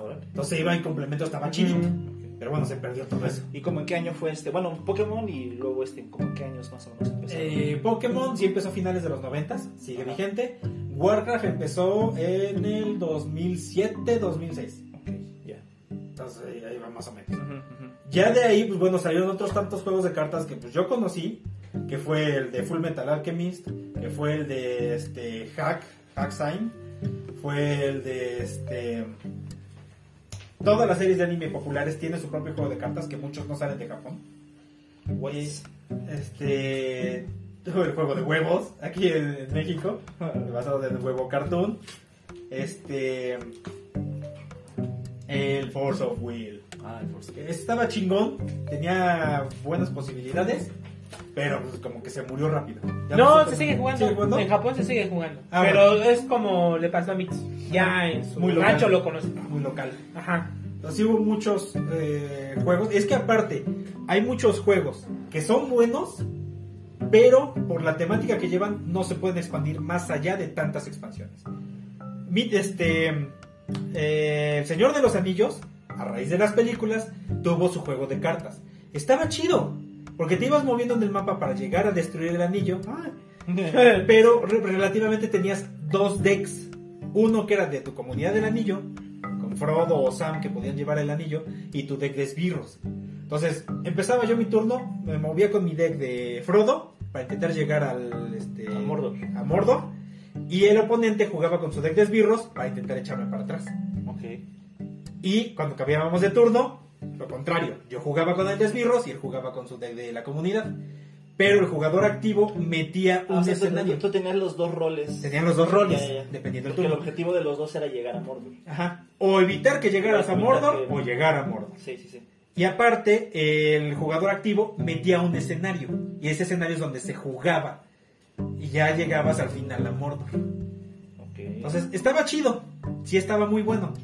Speaker 2: Órale.
Speaker 1: Entonces iba en complemento, estaba chidito.
Speaker 3: Ujú.
Speaker 1: Pero bueno, se perdió todo eso.
Speaker 2: ¿Y como en qué año fue este? Bueno, Pokémon y luego este, ¿como en qué años más o menos empezó?
Speaker 1: Eh, Pokémon sí empezó a finales de los 90, sigue
Speaker 2: Ajá.
Speaker 1: vigente. Warcraft empezó en el 2007, 2006.
Speaker 2: Ok, ya.
Speaker 1: Entonces ahí- ahí va más o menos. Ya de ahí, pues bueno, salieron otros tantos juegos de cartas que pues yo conocí, que fue el de Full Metal Alchemist, que fue el de este Hack, Tag Sign, fue el de este. Todas las series de anime populares tienen su propio juego de cartas que muchos no salen de Japón. Güey, este. El juego de huevos, aquí en, en México, basado en el huevo cartoon. Este. El Force of Will.
Speaker 2: Ah, el Force.
Speaker 1: Estaba chingón, tenía buenas posibilidades, pero pues como que se murió rápido. Ya
Speaker 3: No,
Speaker 1: sé cómo-
Speaker 3: se sigue jugando.
Speaker 1: ¿Sigue jugando?
Speaker 3: En Japón se sigue jugando.
Speaker 1: Ah,
Speaker 3: pero es como le pasó a Mitch. Ya en su
Speaker 1: Muy local.
Speaker 3: rancho lo conoce.
Speaker 1: Muy local.
Speaker 3: Ajá.
Speaker 1: Entonces sí hubo muchos eh, juegos. Es que aparte, hay muchos juegos que son buenos, pero por la temática que llevan no se pueden expandir más allá de tantas expansiones. Mi- Este, eh, el Señor de los Anillos, a raíz de las películas, tuvo su juego de cartas. Estaba chido, porque te ibas moviendo en el mapa para llegar a destruir el anillo. Ah, pero re- relativamente tenías dos decks. Uno que era de tu comunidad del anillo, con Frodo o Sam que podían llevar el anillo, y tu deck de esbirros. Entonces, empezaba yo mi turno, me movía con mi deck de Frodo para intentar llegar al este,
Speaker 2: A Mordor.
Speaker 1: a Mordor, y el oponente jugaba con su deck de esbirros para intentar echarme para atrás.
Speaker 2: Ok.
Speaker 1: Y cuando cambiábamos de turno, lo contrario. Yo jugaba con el de esbirros y él jugaba con su deck de la comunidad. Pero el jugador activo metía un
Speaker 2: Ah, o sea,
Speaker 1: escenario.
Speaker 2: tú, tú tenías los dos roles.
Speaker 1: Tenían los dos roles,
Speaker 2: Ya, ya, ya.
Speaker 1: dependiendo del
Speaker 2: Porque el
Speaker 1: turno.
Speaker 2: objetivo de los dos era llegar a Mordor.
Speaker 1: Ajá. O evitar que llegaras a
Speaker 2: Evitar
Speaker 1: Mordor
Speaker 2: que-
Speaker 1: o llegar a Mordor.
Speaker 2: Sí, sí, sí.
Speaker 1: Y aparte, el jugador activo metía un escenario. Y ese escenario es donde se jugaba. Y ya llegabas al final a Mordor.
Speaker 2: Ok.
Speaker 1: Entonces, estaba chido. Sí, estaba muy bueno.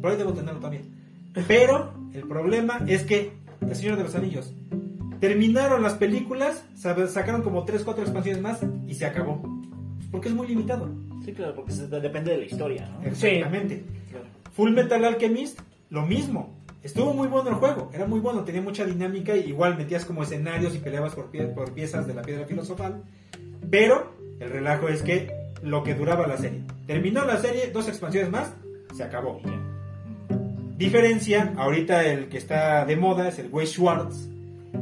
Speaker 1: Por ahí debo tenerlo también. Pero el problema es que La Señora de los Anillos terminaron las películas, sab- sacaron como 3-4 expansiones más y se acabó. Porque es muy limitado.
Speaker 2: sí, claro, porque se- depende de la historia,
Speaker 1: Eh,
Speaker 2: ¿no?
Speaker 1: Exactamente.
Speaker 2: Claro.
Speaker 1: Full Metal Alchemist, lo mismo. Estuvo muy bueno el juego, era muy bueno, tenía mucha dinámica, y igual metías como escenarios y peleabas por, pie- por piezas de la piedra filosofal. Pero el relajo es que lo que duraba la serie. Terminó la serie, dos expansiones más, se acabó.
Speaker 2: Y ya.
Speaker 1: Diferencia, ahorita el que está de moda es el Way Schwartz,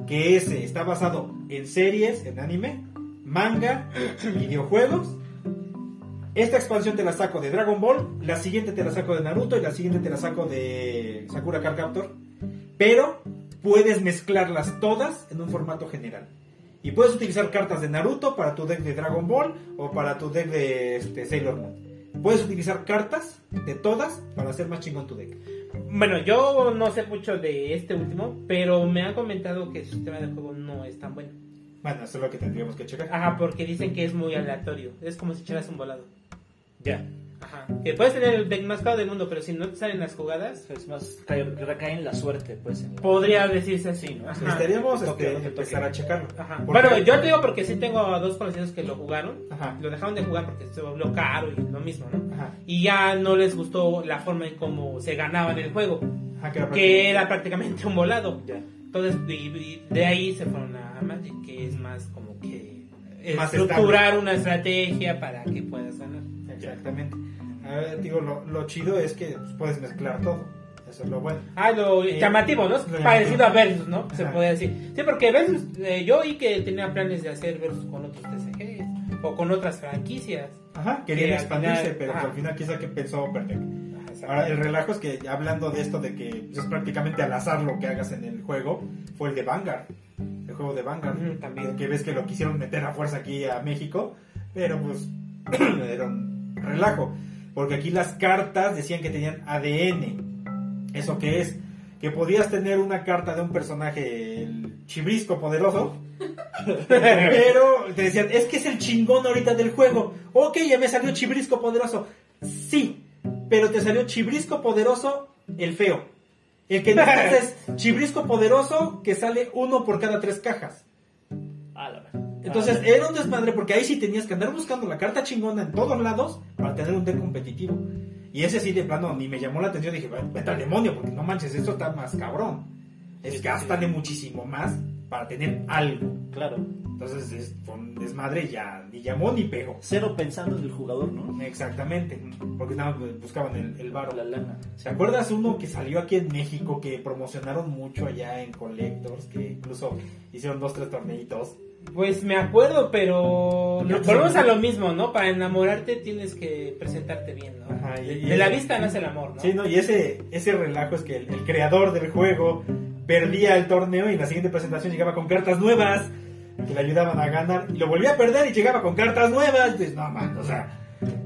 Speaker 1: que ese está basado en series, en anime, manga, videojuegos. Esta expansión te la saco de Dragon Ball, la siguiente te la saco de Naruto y la siguiente te la saco de Sakura Card Captor. Pero puedes mezclarlas todas en un formato general. Y puedes utilizar cartas de Naruto para tu deck de Dragon Ball o para tu deck de este, Sailor Moon. Puedes utilizar cartas de todas para hacer más chingón tu deck.
Speaker 3: Bueno, yo no sé mucho de este último, pero me han comentado que su sistema de juego no es tan bueno.
Speaker 1: Bueno, eso es lo que tendríamos que checar.
Speaker 3: Ajá, porque dicen que es muy aleatorio. Es como si echaras un volado.
Speaker 1: ya.
Speaker 3: Ajá. Que puedes tener el deck más claro del mundo, pero si no te salen las jugadas,
Speaker 2: Es más, cae- recae en la suerte, pues. en la-
Speaker 3: podría decirse así, ¿no? Ajá.
Speaker 1: Necesitaríamos
Speaker 2: Que toque,
Speaker 1: este,
Speaker 2: que toque.
Speaker 1: empezar a checarlo.
Speaker 3: Ajá.
Speaker 1: Porque-
Speaker 3: Bueno, yo te digo porque sí tengo a dos conocidos que lo jugaron.
Speaker 1: Ajá.
Speaker 3: Lo dejaron de jugar porque se volvió caro y lo mismo, ¿no?
Speaker 1: Ajá.
Speaker 3: Y ya no les gustó la forma en cómo se ganaban el juego,
Speaker 1: Ajá, que era
Speaker 3: que era prácticamente un volado.
Speaker 2: Ya.
Speaker 3: Entonces, y- y de ahí se fueron a Magic, que es más como que
Speaker 1: Más
Speaker 3: estructurar una estrategia para que puedas ganar.
Speaker 1: Exactamente. A ver, digo, lo, lo chido es que pues, puedes mezclar todo. Eso es lo bueno.
Speaker 3: Ah, lo
Speaker 1: Eh,
Speaker 3: llamativo, ¿no?
Speaker 1: lo
Speaker 3: Parecido
Speaker 1: llamativo.
Speaker 3: a Versus, ¿no? Se
Speaker 1: Ajá.
Speaker 3: podría decir. Sí, porque Versus, eh, yo oí que tenía planes de hacer Versus con otros TCGs o con otras franquicias.
Speaker 1: Ajá, querían
Speaker 3: Que al
Speaker 1: expandirse,
Speaker 3: final-
Speaker 1: pero que
Speaker 3: ajá.
Speaker 1: al final quizá que pensó Perfect.
Speaker 3: Ajá, exacto.
Speaker 1: Ahora, el relajo es que hablando de esto de que pues, es prácticamente al azar lo que hagas en el juego, fue el de Vanguard. El juego de Vanguard.
Speaker 3: Ujú, también.
Speaker 1: Que ves que lo quisieron meter a fuerza aquí a México, pero pues era un relajo. Porque aquí las cartas decían que tenían ADN. ¿Eso qué es? Que podías tener una carta de un personaje el chibrisco poderoso. pero te decían, es que es el chingón ahorita del juego. Ok, ya me salió chibrisco poderoso. Sí, pero te salió chibrisco poderoso el feo. El que necesitas es chibrisco poderoso que sale uno por cada tres cajas.
Speaker 2: Ah, la verdad.
Speaker 1: Entonces eh,
Speaker 2: Ah,
Speaker 1: era un desmadre porque ahí sí tenías que andar buscando la carta chingona en todos lados para tener un deck competitivo. Y ese sí de plano ni me llamó la atención. Dije, "Ve- vete al demonio porque no manches, esto está más cabrón. Es
Speaker 2: Sí,
Speaker 1: gástale muchísimo más para tener algo.
Speaker 2: claro.
Speaker 1: Entonces es, fue un desmadre y ya ni llamó ni pegó.
Speaker 2: Cero pensando en el jugador, ¿no?
Speaker 1: Exactamente, porque nada más buscaban el, el varo.
Speaker 2: La lana.
Speaker 1: ¿Te acuerdas uno que salió aquí en México que promocionaron mucho allá en Collectors? Que incluso hicieron dos, tres torneitos.
Speaker 3: Pues me acuerdo, pero
Speaker 1: Ya
Speaker 3: no-
Speaker 1: te
Speaker 3: volvemos a
Speaker 1: enamoraste.
Speaker 3: lo mismo, ¿no? Para enamorarte tienes que presentarte bien, ¿no?
Speaker 1: Ajá, y- y-
Speaker 3: De la vista nace el amor, ¿no?
Speaker 1: Sí, no, y ese, ese relajo es que el, el creador del juego perdía el torneo y en la siguiente presentación llegaba con cartas nuevas que le ayudaban a ganar y lo volvía a perder y llegaba con cartas nuevas. Y dices, no, man, o sea,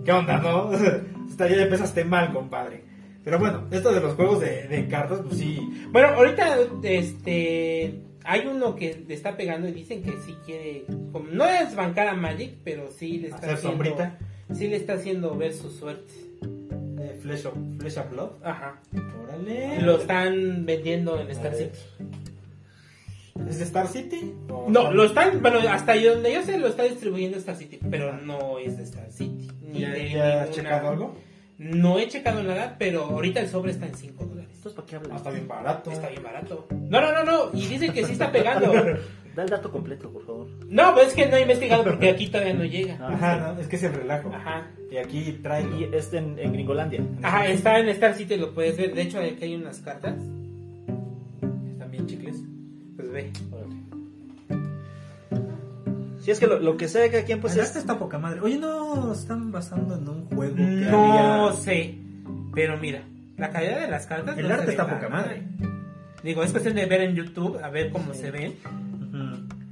Speaker 1: ¿qué onda, no? Hasta ya empezaste mal, compadre. Pero bueno, esto de los juegos de, de cartas, pues sí.
Speaker 3: Bueno, ahorita este hay uno que le está pegando y dicen que sí quiere como- no es bancar a Magic, pero sí le está
Speaker 1: Hacer
Speaker 3: haciendo
Speaker 1: sombrita.
Speaker 3: sí le está haciendo ver su suerte.
Speaker 1: eh, Flesh of, Flesh of Blood.
Speaker 3: Ajá.
Speaker 1: Órale.
Speaker 3: Lo están vendiendo en
Speaker 1: A
Speaker 3: Star
Speaker 1: ver.
Speaker 3: City.
Speaker 1: ¿Es de Star City? ¿O-
Speaker 3: No, lo están, bueno, hasta yo- donde yo sé lo está distribuyendo Star City, pero no es de Star City. Ni
Speaker 1: ¿Ya,
Speaker 3: de
Speaker 1: ya has
Speaker 3: ninguna-
Speaker 1: checado algo?
Speaker 3: No he checado nada, pero ahorita el sobre está en 5 dólares.
Speaker 2: Entonces, ¿para qué
Speaker 1: Ah,
Speaker 2: hablas?
Speaker 1: está bien barato.
Speaker 3: Está bien barato. No, no, no, no. Y dicen que sí está pegando.
Speaker 2: Da el dato completo, por favor.
Speaker 3: No, pues es que no he investigado porque aquí todavía no llega.
Speaker 1: Ajá, no, es que es el relajo.
Speaker 3: Ajá.
Speaker 1: Y aquí trae.
Speaker 2: Y es en, en Gringolandia.
Speaker 3: Ajá, está en Star City, lo puedes ver. De hecho, aquí hay unas cartas. Están bien chicles. Pues ve.
Speaker 2: Si es que lo, lo que sea de cada quien, pues
Speaker 1: Pues
Speaker 2: es.
Speaker 1: esta está poca madre. Oye, no están basando en un juego que
Speaker 3: No
Speaker 1: había-
Speaker 3: sé. Pero mira, la calidad de las cartas.
Speaker 1: El
Speaker 3: no se
Speaker 1: arte
Speaker 3: ve
Speaker 1: está
Speaker 3: mal.
Speaker 1: poca madre.
Speaker 3: Digo, es cuestión de ver en YouTube, a ver cómo se ven.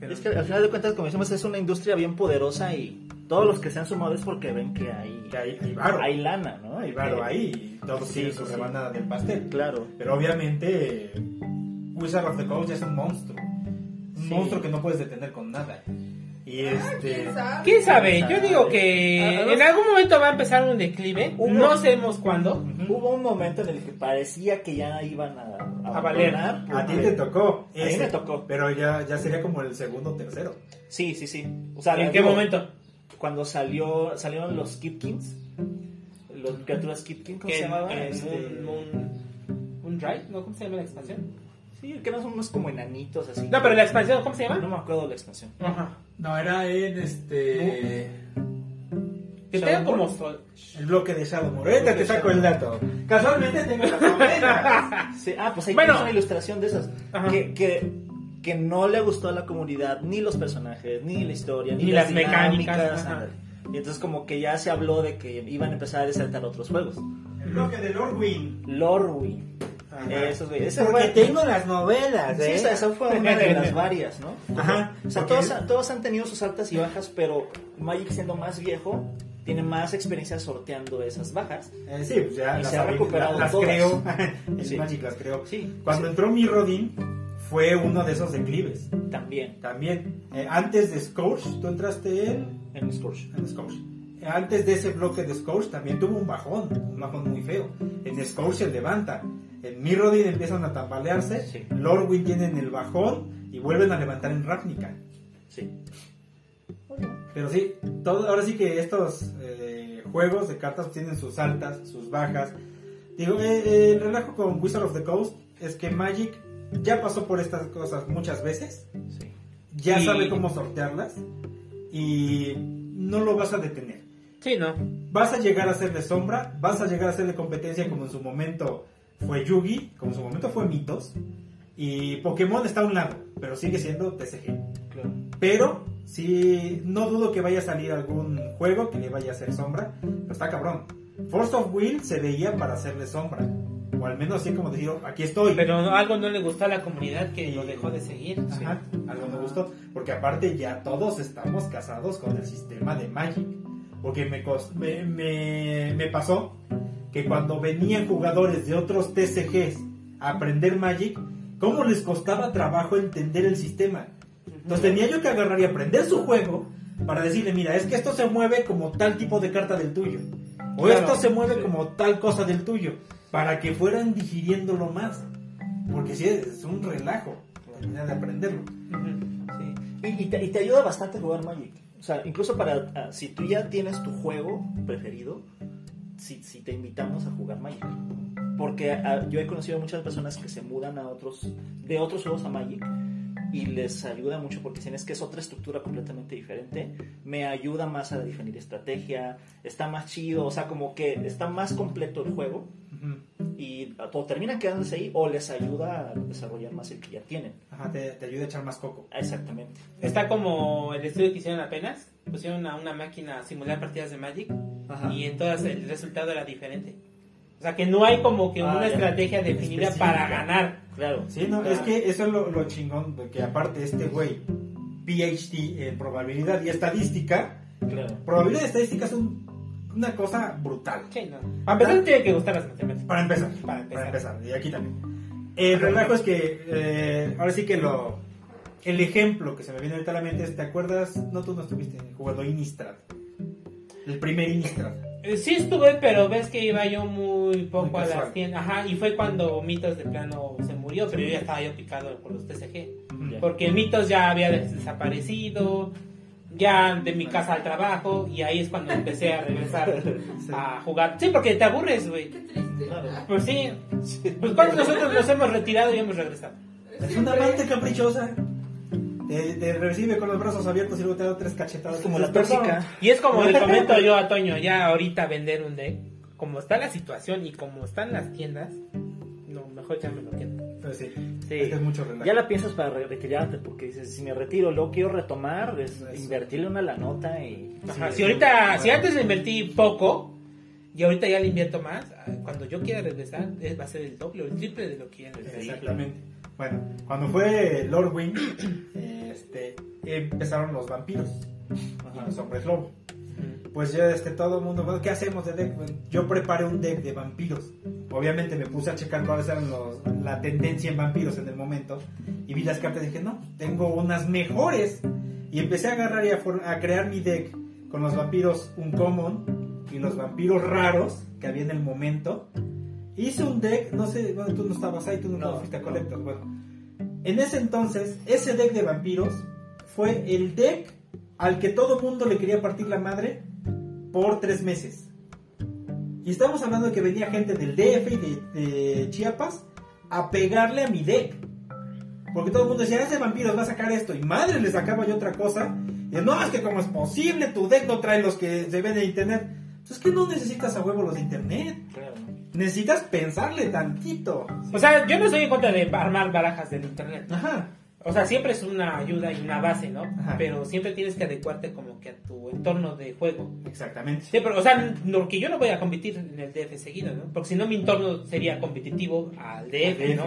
Speaker 3: Pero-
Speaker 2: Es que al final de cuentas, como decimos, es una industria bien poderosa y todos los que se han sumado es porque ven que hay,
Speaker 1: Que hay- hay varo. Eh,
Speaker 2: hay lana, ¿no?
Speaker 1: Hay varo
Speaker 2: Que-
Speaker 1: ahí y todos
Speaker 2: Sí,
Speaker 1: tienen
Speaker 2: sí,
Speaker 1: su
Speaker 2: sí.
Speaker 1: rebanada del pastel.
Speaker 2: Claro.
Speaker 1: Pero obviamente, eh, Wizard of the Coast ya es un monstruo. Un
Speaker 2: Sí.
Speaker 1: monstruo que no puedes detener con nada. Y este.
Speaker 4: ¿Quién sabe?
Speaker 3: ¿Quién sabe?
Speaker 2: Quién
Speaker 3: Yo
Speaker 2: sabe.
Speaker 3: digo que
Speaker 2: Ah, ah,
Speaker 3: en algún momento va a empezar un declive.
Speaker 2: Hubo-
Speaker 3: No sabemos cuándo.
Speaker 2: Hubo un momento en el que parecía que ya iban a,
Speaker 3: A valer.
Speaker 2: abandonar,
Speaker 1: A ti
Speaker 2: porque-
Speaker 1: te tocó. ¿eh?
Speaker 2: A mí me tocó.
Speaker 1: Pero ya, ya sería como el segundo o tercero.
Speaker 2: Sí, sí, sí. O sea,
Speaker 3: ¿En qué
Speaker 2: digo,
Speaker 3: momento?
Speaker 2: Cuando salió, salieron los Kipkins. Los criaturas Kipkins, ¿cómo se
Speaker 3: En,
Speaker 2: llamaba?
Speaker 3: en
Speaker 2: Este-
Speaker 3: un, un, un drive, ¿no? ¿Cómo se llama la expansión?
Speaker 2: Sí, que eran unos como enanitos así.
Speaker 3: No, pero la expansión, ¿cómo se
Speaker 2: No
Speaker 3: llama?
Speaker 2: me acuerdo de la expansión.
Speaker 3: Ajá.
Speaker 1: No, era en este.
Speaker 3: Que
Speaker 2: Shadow
Speaker 3: tengan como
Speaker 2: War.
Speaker 3: sol-
Speaker 1: El bloque de Shadowmoor. Ahorita te
Speaker 2: de
Speaker 1: saco el dato. Casualmente tengo las novelas.
Speaker 2: Sí, ah, pues ahí
Speaker 3: Bueno.
Speaker 2: tienes una ilustración de esas.
Speaker 3: Ajá.
Speaker 2: Que, que, que no le gustó a la comunidad ni los personajes, ni la historia, ni,
Speaker 3: Ni las mecánicas,
Speaker 2: dinámicas,
Speaker 3: ajá.
Speaker 2: ándale. Y entonces como que ya se habló de que iban a empezar a desertar otros juegos.
Speaker 1: El bloque de Lorwyn.
Speaker 2: Lorwyn. Eso, güey. Ese
Speaker 1: Porque
Speaker 2: fue...
Speaker 1: tengo las novelas,
Speaker 3: ¿Ah,
Speaker 2: Sí,
Speaker 1: ¿eh?
Speaker 2: esa, esa fue una de las varias, ¿no?
Speaker 1: Ajá.
Speaker 2: O sea, todos, han- todos han tenido sus altas y bajas, pero Magic siendo más viejo, tiene más experiencia sorteando esas bajas.
Speaker 1: Eh, sí, pues ya
Speaker 2: Y
Speaker 1: las,
Speaker 2: se ha
Speaker 1: abrí-
Speaker 2: recuperado
Speaker 1: las
Speaker 2: todas.
Speaker 1: creo. El
Speaker 2: Sí.
Speaker 1: Magic las creo.
Speaker 2: Sí.
Speaker 1: Cuando entró mi Rodin, fue uno de esos declives.
Speaker 2: También
Speaker 1: También, eh, antes de Scourge, tú entraste en,
Speaker 2: en Scourge.
Speaker 1: en Scourge. Eh, Antes de ese bloque de Scourge también tuvo un bajón, un bajón muy feo. En Scourge se levanta. En mi Rodin empiezan a tambalearse.
Speaker 2: Sí.
Speaker 1: Lorwyn tienen el bajón y vuelven a levantar en Ravnica.
Speaker 2: Sí.
Speaker 1: Pero sí, todo, ahora sí que estos eh, juegos de cartas tienen sus altas, sus bajas. Digo, eh, eh, el relajo con Wizard of the Coast es que Magic ya pasó por estas cosas muchas veces,
Speaker 2: sí.
Speaker 1: ya
Speaker 3: Y-
Speaker 1: sabe cómo sortearlas y no lo vas a detener.
Speaker 3: Sí, ¿no?
Speaker 1: Vas a llegar a hacerle sombra, vas a llegar a hacerle competencia como en su momento fue Yugi, como en su momento fue Mitos y Pokémon está a un lado, pero sigue siendo TCG.
Speaker 2: Claro.
Speaker 1: Pero sí, no dudo que vaya a salir algún juego que le vaya a hacer sombra. Pero está cabrón. Force of Will se veía para hacerle sombra. O al menos así como decir, aquí estoy.
Speaker 3: Pero algo no le gustó a la comunidad que lo dejó de seguir.
Speaker 1: Ajá, algo me gustó. Porque aparte ya todos estamos casados con el sistema de Magic. Porque me, cos- me, me- me pasó que cuando venían jugadores de otros TCGs a aprender Magic, ¿cómo les costaba trabajo entender el sistema? Entonces tenía yo que agarrar y aprender su juego para decirle, mira, es que esto se mueve como tal tipo de carta del tuyo. O
Speaker 2: Claro,
Speaker 1: esto se mueve
Speaker 2: sí.
Speaker 1: como tal cosa del tuyo. Para que fueran digiriéndolo más. Porque si es un relajo terminar de aprenderlo.
Speaker 3: Ujú.
Speaker 2: Sí. Y, y te, y te ayuda bastante jugar Magic. O sea, incluso para. ah, si tú ya tienes tu juego preferido, si, si te invitamos a jugar Magic. Porque ah, yo he conocido muchas personas que se mudan a otros. de otros juegos a Magic. y les ayuda mucho porque dicen es que es otra estructura completamente diferente, me ayuda más a definir estrategia, está más chido, o sea, como que está más completo el juego
Speaker 1: Ujú.
Speaker 2: y o terminan quedándose ahí o les ayuda a desarrollar más el que ya tienen.
Speaker 1: Ajá, te, te ayuda a echar más coco.
Speaker 2: Exactamente.
Speaker 3: Está como el estudio que hicieron apenas. Pusieron a una máquina a simular partidas de Magic
Speaker 1: Ajá.
Speaker 3: y en todas el resultado era diferente. O sea que no hay como que
Speaker 2: Ah,
Speaker 3: una
Speaker 2: ya.
Speaker 3: estrategia definida
Speaker 2: Específica.
Speaker 3: para ganar.
Speaker 2: Claro.
Speaker 1: Sí, no, es que eso es lo, lo chingón, de que aparte este güey, PhD en probabilidad y estadística,
Speaker 2: Claro.
Speaker 1: probabilidad y estadística es un- una cosa brutal.
Speaker 3: Sí, no. A pesar de que tiene que gustar las matemáticas.
Speaker 1: Para empezar,
Speaker 3: Para empezar.
Speaker 1: para empezar, y aquí también. El relajo es que, eh, ahora sí que lo, el ejemplo que se me viene ahorita a la mente es, ¿te acuerdas? No, tú no estuviste jugando Innistrad, el primer Innistrad.
Speaker 3: Eh, Sí estuve, pero ves que iba yo muy poco
Speaker 1: Muy
Speaker 3: a las
Speaker 1: casual.
Speaker 3: tiendas. Ajá, y fue cuando Mitos de plano se murió, pero yo ya estaba yo picado por los TCG.
Speaker 1: Mm,
Speaker 2: Ya.
Speaker 3: Porque Mitos ya había des- desaparecido, ya de mi casa al trabajo, y ahí es cuando empecé a regresar
Speaker 1: Sí.
Speaker 2: Ah,
Speaker 3: a jugar. Sí, porque te aburres, güey.
Speaker 4: Qué triste. Ah,
Speaker 2: Claro.
Speaker 3: Pues sí, pues cuando nosotros nos hemos retirado y hemos regresado.
Speaker 1: Es una amante caprichosa. Te, te recibe con los brazos abiertos y luego te da tres cachetadas.
Speaker 2: Es como la
Speaker 1: Perdón.
Speaker 2: tóxica.
Speaker 3: Y es como le comento yo a Toño, ya ahorita vender un deck, como está la situación y como están las tiendas, no, mejor ya me lo quedo.
Speaker 1: Pero sí,
Speaker 2: Sí.
Speaker 1: este es mucho relajo.
Speaker 2: Ya la piensas para re- retirarte porque dices, si me retiro, luego quiero retomar, es
Speaker 1: Eso.
Speaker 2: invertirle una la nota y...
Speaker 3: Ajá,
Speaker 1: Sí,
Speaker 3: si ahorita,
Speaker 1: bueno.
Speaker 3: si antes le invertí poco y ahorita ya le invierto más, ah, cuando yo quiera regresar eh, va a ser el doble o el triple de lo que ya regresé.
Speaker 1: Eh, Exactamente. Bueno, cuando fue Lord Wing, este, empezaron los vampiros y los hombres lobo.
Speaker 3: Ujú.
Speaker 1: Pues ya este, todo el mundo, bueno, ¿qué hacemos de deck? Bueno, yo preparé un deck de vampiros. Obviamente me puse a checar cuáles eran los- la tendencia en vampiros en el momento. Y vi las cartas y dije, no, tengo unas mejores. Y empecé a agarrar y a, for- a crear mi deck con los vampiros uncommon y los vampiros raros que había en el momento. Hice un deck, no sé, bueno, tú no estabas ahí, tú nunca
Speaker 2: No,
Speaker 1: fuiste a
Speaker 2: no.
Speaker 1: Collector. Bueno, en ese entonces, ese deck de vampiros fue el deck al que todo mundo le quería partir la madre por tres meses. Y estamos hablando de que venía gente del DF y de, de Chiapas a pegarle a mi deck. Porque todo el mundo decía, ese vampiro va a sacar esto. Y madre, le sacaba yo otra cosa. Y no, es que como es posible, tu deck no trae los que se ven en internet. Pues es que no necesitas a huevo los de internet.
Speaker 2: Claro.
Speaker 1: Necesitas pensarle tantito.
Speaker 3: O sea, yo no estoy en contra de armar barajas del internet.
Speaker 1: Ajá.
Speaker 3: O sea, siempre es una ayuda y una base, ¿no?
Speaker 1: Ajá.
Speaker 3: Pero siempre tienes que adecuarte como que a tu entorno de juego.
Speaker 1: Exactamente.
Speaker 3: Sí, pero, o sea, porque yo no voy a competir en el DF seguido, ¿no? Porque si no, mi entorno sería competitivo al DF,
Speaker 1: Al DF,
Speaker 3: ¿no?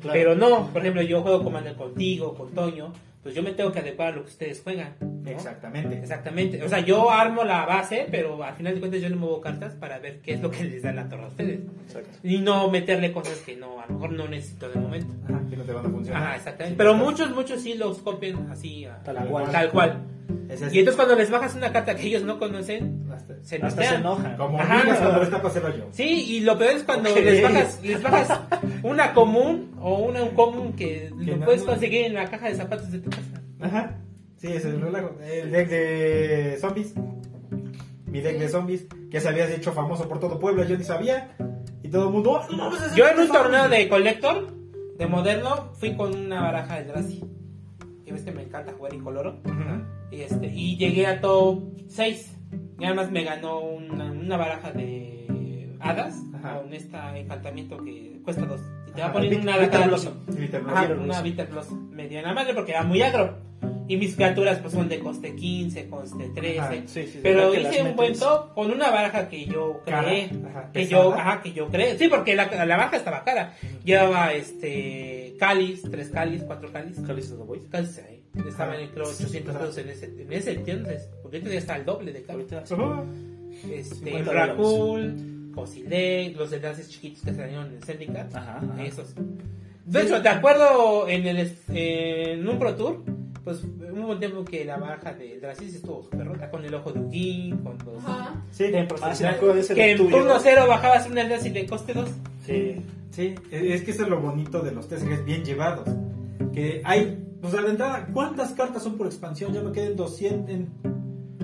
Speaker 2: claro.
Speaker 3: Pero no, por ejemplo, yo juego Commander contigo, con Toño, pues yo me tengo que adecuar a lo que ustedes juegan. ¿no?
Speaker 1: Exactamente.
Speaker 3: Exactamente. O sea, yo armo la base, pero al final de cuentas yo le muevo cartas para ver qué es lo que les da la torre a ustedes.
Speaker 2: Exacto.
Speaker 3: Y no meterle cosas que no, a lo mejor no necesito de momento.
Speaker 1: Ajá, que no te van a funcionar.
Speaker 3: Ajá, Ah, exactamente. Pero muchos, muchos sí los copian así, a-
Speaker 2: Tal cual.
Speaker 3: Tal cual.
Speaker 1: Es
Speaker 3: Y entonces cuando les bajas una carta que ellos no conocen,
Speaker 1: Hasta-
Speaker 3: se
Speaker 2: Hasta se
Speaker 3: enojan.
Speaker 2: enoja.
Speaker 1: Como
Speaker 3: Ajá.
Speaker 1: digas cuando lo está pasando yo.
Speaker 3: Sí, y lo peor es cuando
Speaker 2: Ok.
Speaker 3: les bajas, les bajas una común o una común que lo
Speaker 1: no-
Speaker 3: puedes conseguir en la caja de zapatos de tu casa.
Speaker 1: Ajá. Sí, ese es el relajo. El deck de zombies. Mi deck de zombies. Que se había hecho famoso por todo Puebla. Yo ni sabía. Y todo el mundo. "Oh, no mames, ese
Speaker 3: Yo
Speaker 1: deck
Speaker 3: en un
Speaker 1: zombies".
Speaker 3: torneo de Collector, de moderno, fui con una baraja de Drazi. Ya ves que me encanta jugar Incoloro.
Speaker 1: Ajá.
Speaker 3: Y, este, y llegué a top 6. Y además me ganó una, una baraja de hadas
Speaker 1: Ajá.
Speaker 3: con este encantamiento que cuesta dos. Y te va
Speaker 1: Ajá,
Speaker 3: poniendo
Speaker 2: Bit-
Speaker 3: una hada cada
Speaker 2: Bitterblossom.
Speaker 3: turno.
Speaker 1: Sí, te lo
Speaker 3: Ajá,
Speaker 1: digo.
Speaker 2: Blossom.
Speaker 3: una Bitter Blossom. Me dio en la madre porque era muy agro. Y mis criaturas pues son de coste 15, coste 13.
Speaker 1: Ajá,
Speaker 2: Sí, sí,
Speaker 3: Pero
Speaker 2: que las
Speaker 3: hice un
Speaker 2: metes.
Speaker 3: buen top con una baraja que yo
Speaker 1: Cara,
Speaker 3: creé.
Speaker 1: ajá,
Speaker 3: Eh, que
Speaker 1: pesada.
Speaker 3: yo, ajá, que yo creé. Sí, porque la, la baraja estaba cara. Llevaba este cáliz, tres cáliz, cuatro cáliz.
Speaker 2: Cálices de Boys.
Speaker 3: Cáliz ahí. Estaban
Speaker 1: Ajá.
Speaker 3: creo 800 pesos en ese, en ese entonces. Porque ahorita ya está el doble de cáliz.
Speaker 2: Ahorita.
Speaker 1: Ajá.
Speaker 3: Este,
Speaker 2: 50
Speaker 3: Dracul, Cosilec, los enlaces chiquitos que salieron en Zendikar.
Speaker 2: Ajá. ajá.
Speaker 3: Esos. De hecho, de acuerdo en, el, est- en un Pro Tour, pues hubo un tiempo que la baja de Dracis estuvo súper rota con el ojo de Ugin, con los.
Speaker 4: Ajá.
Speaker 1: Sí,
Speaker 2: Ah, sí, me acuerdo de ese
Speaker 3: Que
Speaker 2: de
Speaker 3: en
Speaker 2: tuyo.
Speaker 3: turno cero bajabas una Eldrazi de coste 2.
Speaker 2: Sí.
Speaker 1: sí. e, Es que eso es lo bonito de los TCGs bien llevados. Que hay. O sea, de entrada, ¿cuántas cartas son por expansión? Ya me quedé en 200. En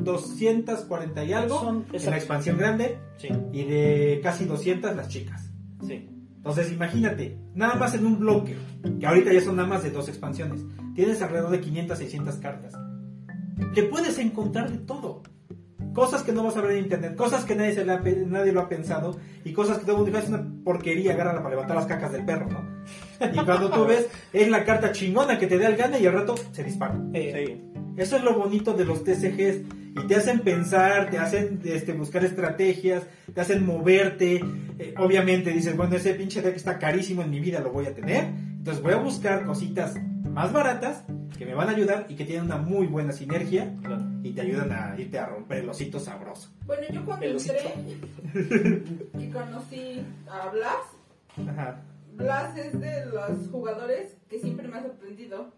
Speaker 1: 240 y algo.
Speaker 2: Son-
Speaker 1: en la
Speaker 2: exacto.
Speaker 1: expansión grande.
Speaker 2: Sí.
Speaker 1: Y de casi 200 las chicas.
Speaker 2: Sí.
Speaker 1: Entonces, imagínate, nada más en un bloque, que ahorita ya son nada más de dos expansiones, tienes alrededor de 500, 600 cartas. Le puedes encontrar de todo. Cosas que no vas a ver en internet, cosas que nadie, se le ha pe- nadie lo ha pensado y cosas que todo el mundo dice, es una porquería, agárrala para levantar las cacas del perro, ¿no? Y cuando tú ves, es la carta chingona que te da el gana y al rato se dispara.
Speaker 3: Eh,
Speaker 2: Sí.
Speaker 1: Eso es lo bonito de los TCGs. Y te hacen pensar, te hacen este, buscar estrategias, te hacen moverte. Eh, obviamente dices, bueno, ese pinche deck está carísimo en mi vida, lo voy a tener. Entonces voy a buscar cositas más baratas que me van a ayudar y que tienen una muy buena sinergia
Speaker 2: Claro.
Speaker 1: y te ayudan a irte a romper el osito sabroso.
Speaker 4: Bueno, yo cuando
Speaker 2: El osito.
Speaker 4: entré y conocí a Blas,
Speaker 1: Ajá.
Speaker 4: Blas es de los jugadores que siempre me ha sorprendido.